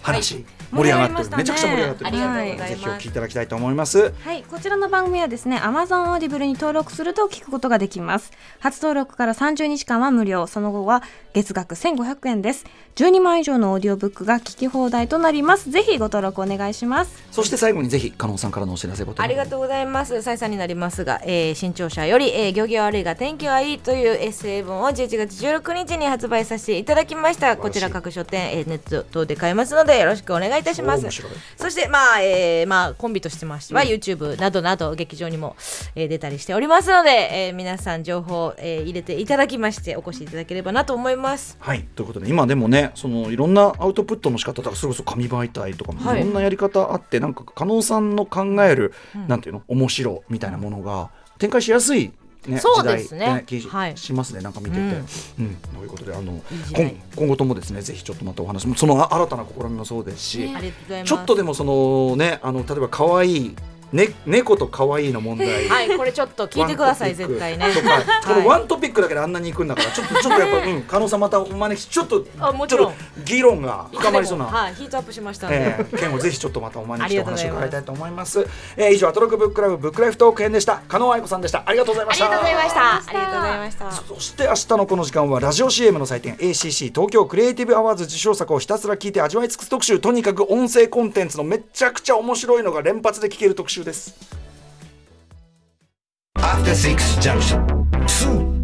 Speaker 2: 話、盛り上がって
Speaker 3: 盛り上がりま
Speaker 2: る、
Speaker 3: したね
Speaker 2: めちゃくちゃ盛り上がってる
Speaker 4: ありがとうござ
Speaker 2: ぜ
Speaker 4: い
Speaker 2: ひお
Speaker 4: ま
Speaker 2: 聞き
Speaker 4: す
Speaker 2: いただきたいと思います。
Speaker 3: はい、こちらの番組はですね Amazon Audible に登録すると聞くことができます初登録から30日間は無料その後は月額1500円です12万以上のオーディオブックが聞き放題となりますぜひご登録お願いします
Speaker 2: そして最後にぜひ加納さんからのお知らせごと
Speaker 4: ありがとうございます再三になりますが、えー新潮社より、えー、漁業悪いが天気はいいというエッセイ本を11月16日に発売させていただきまし
Speaker 2: 晴ら
Speaker 4: た
Speaker 2: しい
Speaker 4: こちら各書店、えーネット等で買えますのでよろしくお願いいたします
Speaker 2: 面白い
Speaker 4: そしてまあ、えーまあコンビとしてましては、YouTube などなど劇場にも、えー出たりしておりますので、えー皆さん情報、えー入れていただきましてお越しいただければなと思います
Speaker 2: はい、ということで今でもねそのいろんなアウトプットの仕方とかそれこそ紙媒体とかも
Speaker 4: はい
Speaker 2: いろんなやり方あって、なんか加納さんの考える、
Speaker 4: ん
Speaker 2: なんていうの面白みたいなものが展開しやすい、ね、
Speaker 4: そうですね
Speaker 2: 時代って気し,、
Speaker 4: はい
Speaker 2: ますねなんか見てて。う
Speaker 4: うんん
Speaker 2: ということであの
Speaker 4: いい時
Speaker 2: こ
Speaker 4: 代
Speaker 2: ん今後ともですねぜひちょっとまたお話もそのあ新たな試みもそうですし、
Speaker 4: ありがとうございます
Speaker 2: ちょっとでもそのねあの例えば可愛いね猫と可愛いの問題。
Speaker 4: はいこれちょっと聞いてください
Speaker 2: ワントピック
Speaker 4: 絶対ね
Speaker 2: とか、こ
Speaker 4: は
Speaker 2: の
Speaker 4: い
Speaker 2: ワントピックだけであんなにいくんだから、ちょっと、ちょっとやっぱ、うん、加納さんまたお招きし、ちょっと、
Speaker 4: あもちろん
Speaker 2: ょっと議論が深まりそうな。
Speaker 4: はいヒートアップしましたんで、
Speaker 2: ええ件をぜひちょっとまたお招きしてお話を伺いたいと思います。えー以上アトロックブッククラブブックライフトーク編でした。加納愛子さんでした。ありがとうございま
Speaker 4: あ
Speaker 2: し
Speaker 4: り
Speaker 2: た。
Speaker 4: がとうございましたありがとうございました
Speaker 2: そして明日のこの時間はラジオ CM の祭典 ACC 東京クリエイティブアワーズ受賞作をひたすら聞いて味わい尽くす特集とにかく音声コンテンツのめちゃくちゃ面白いのが連発で聞ける特集です
Speaker 6: After Six Junction. 2.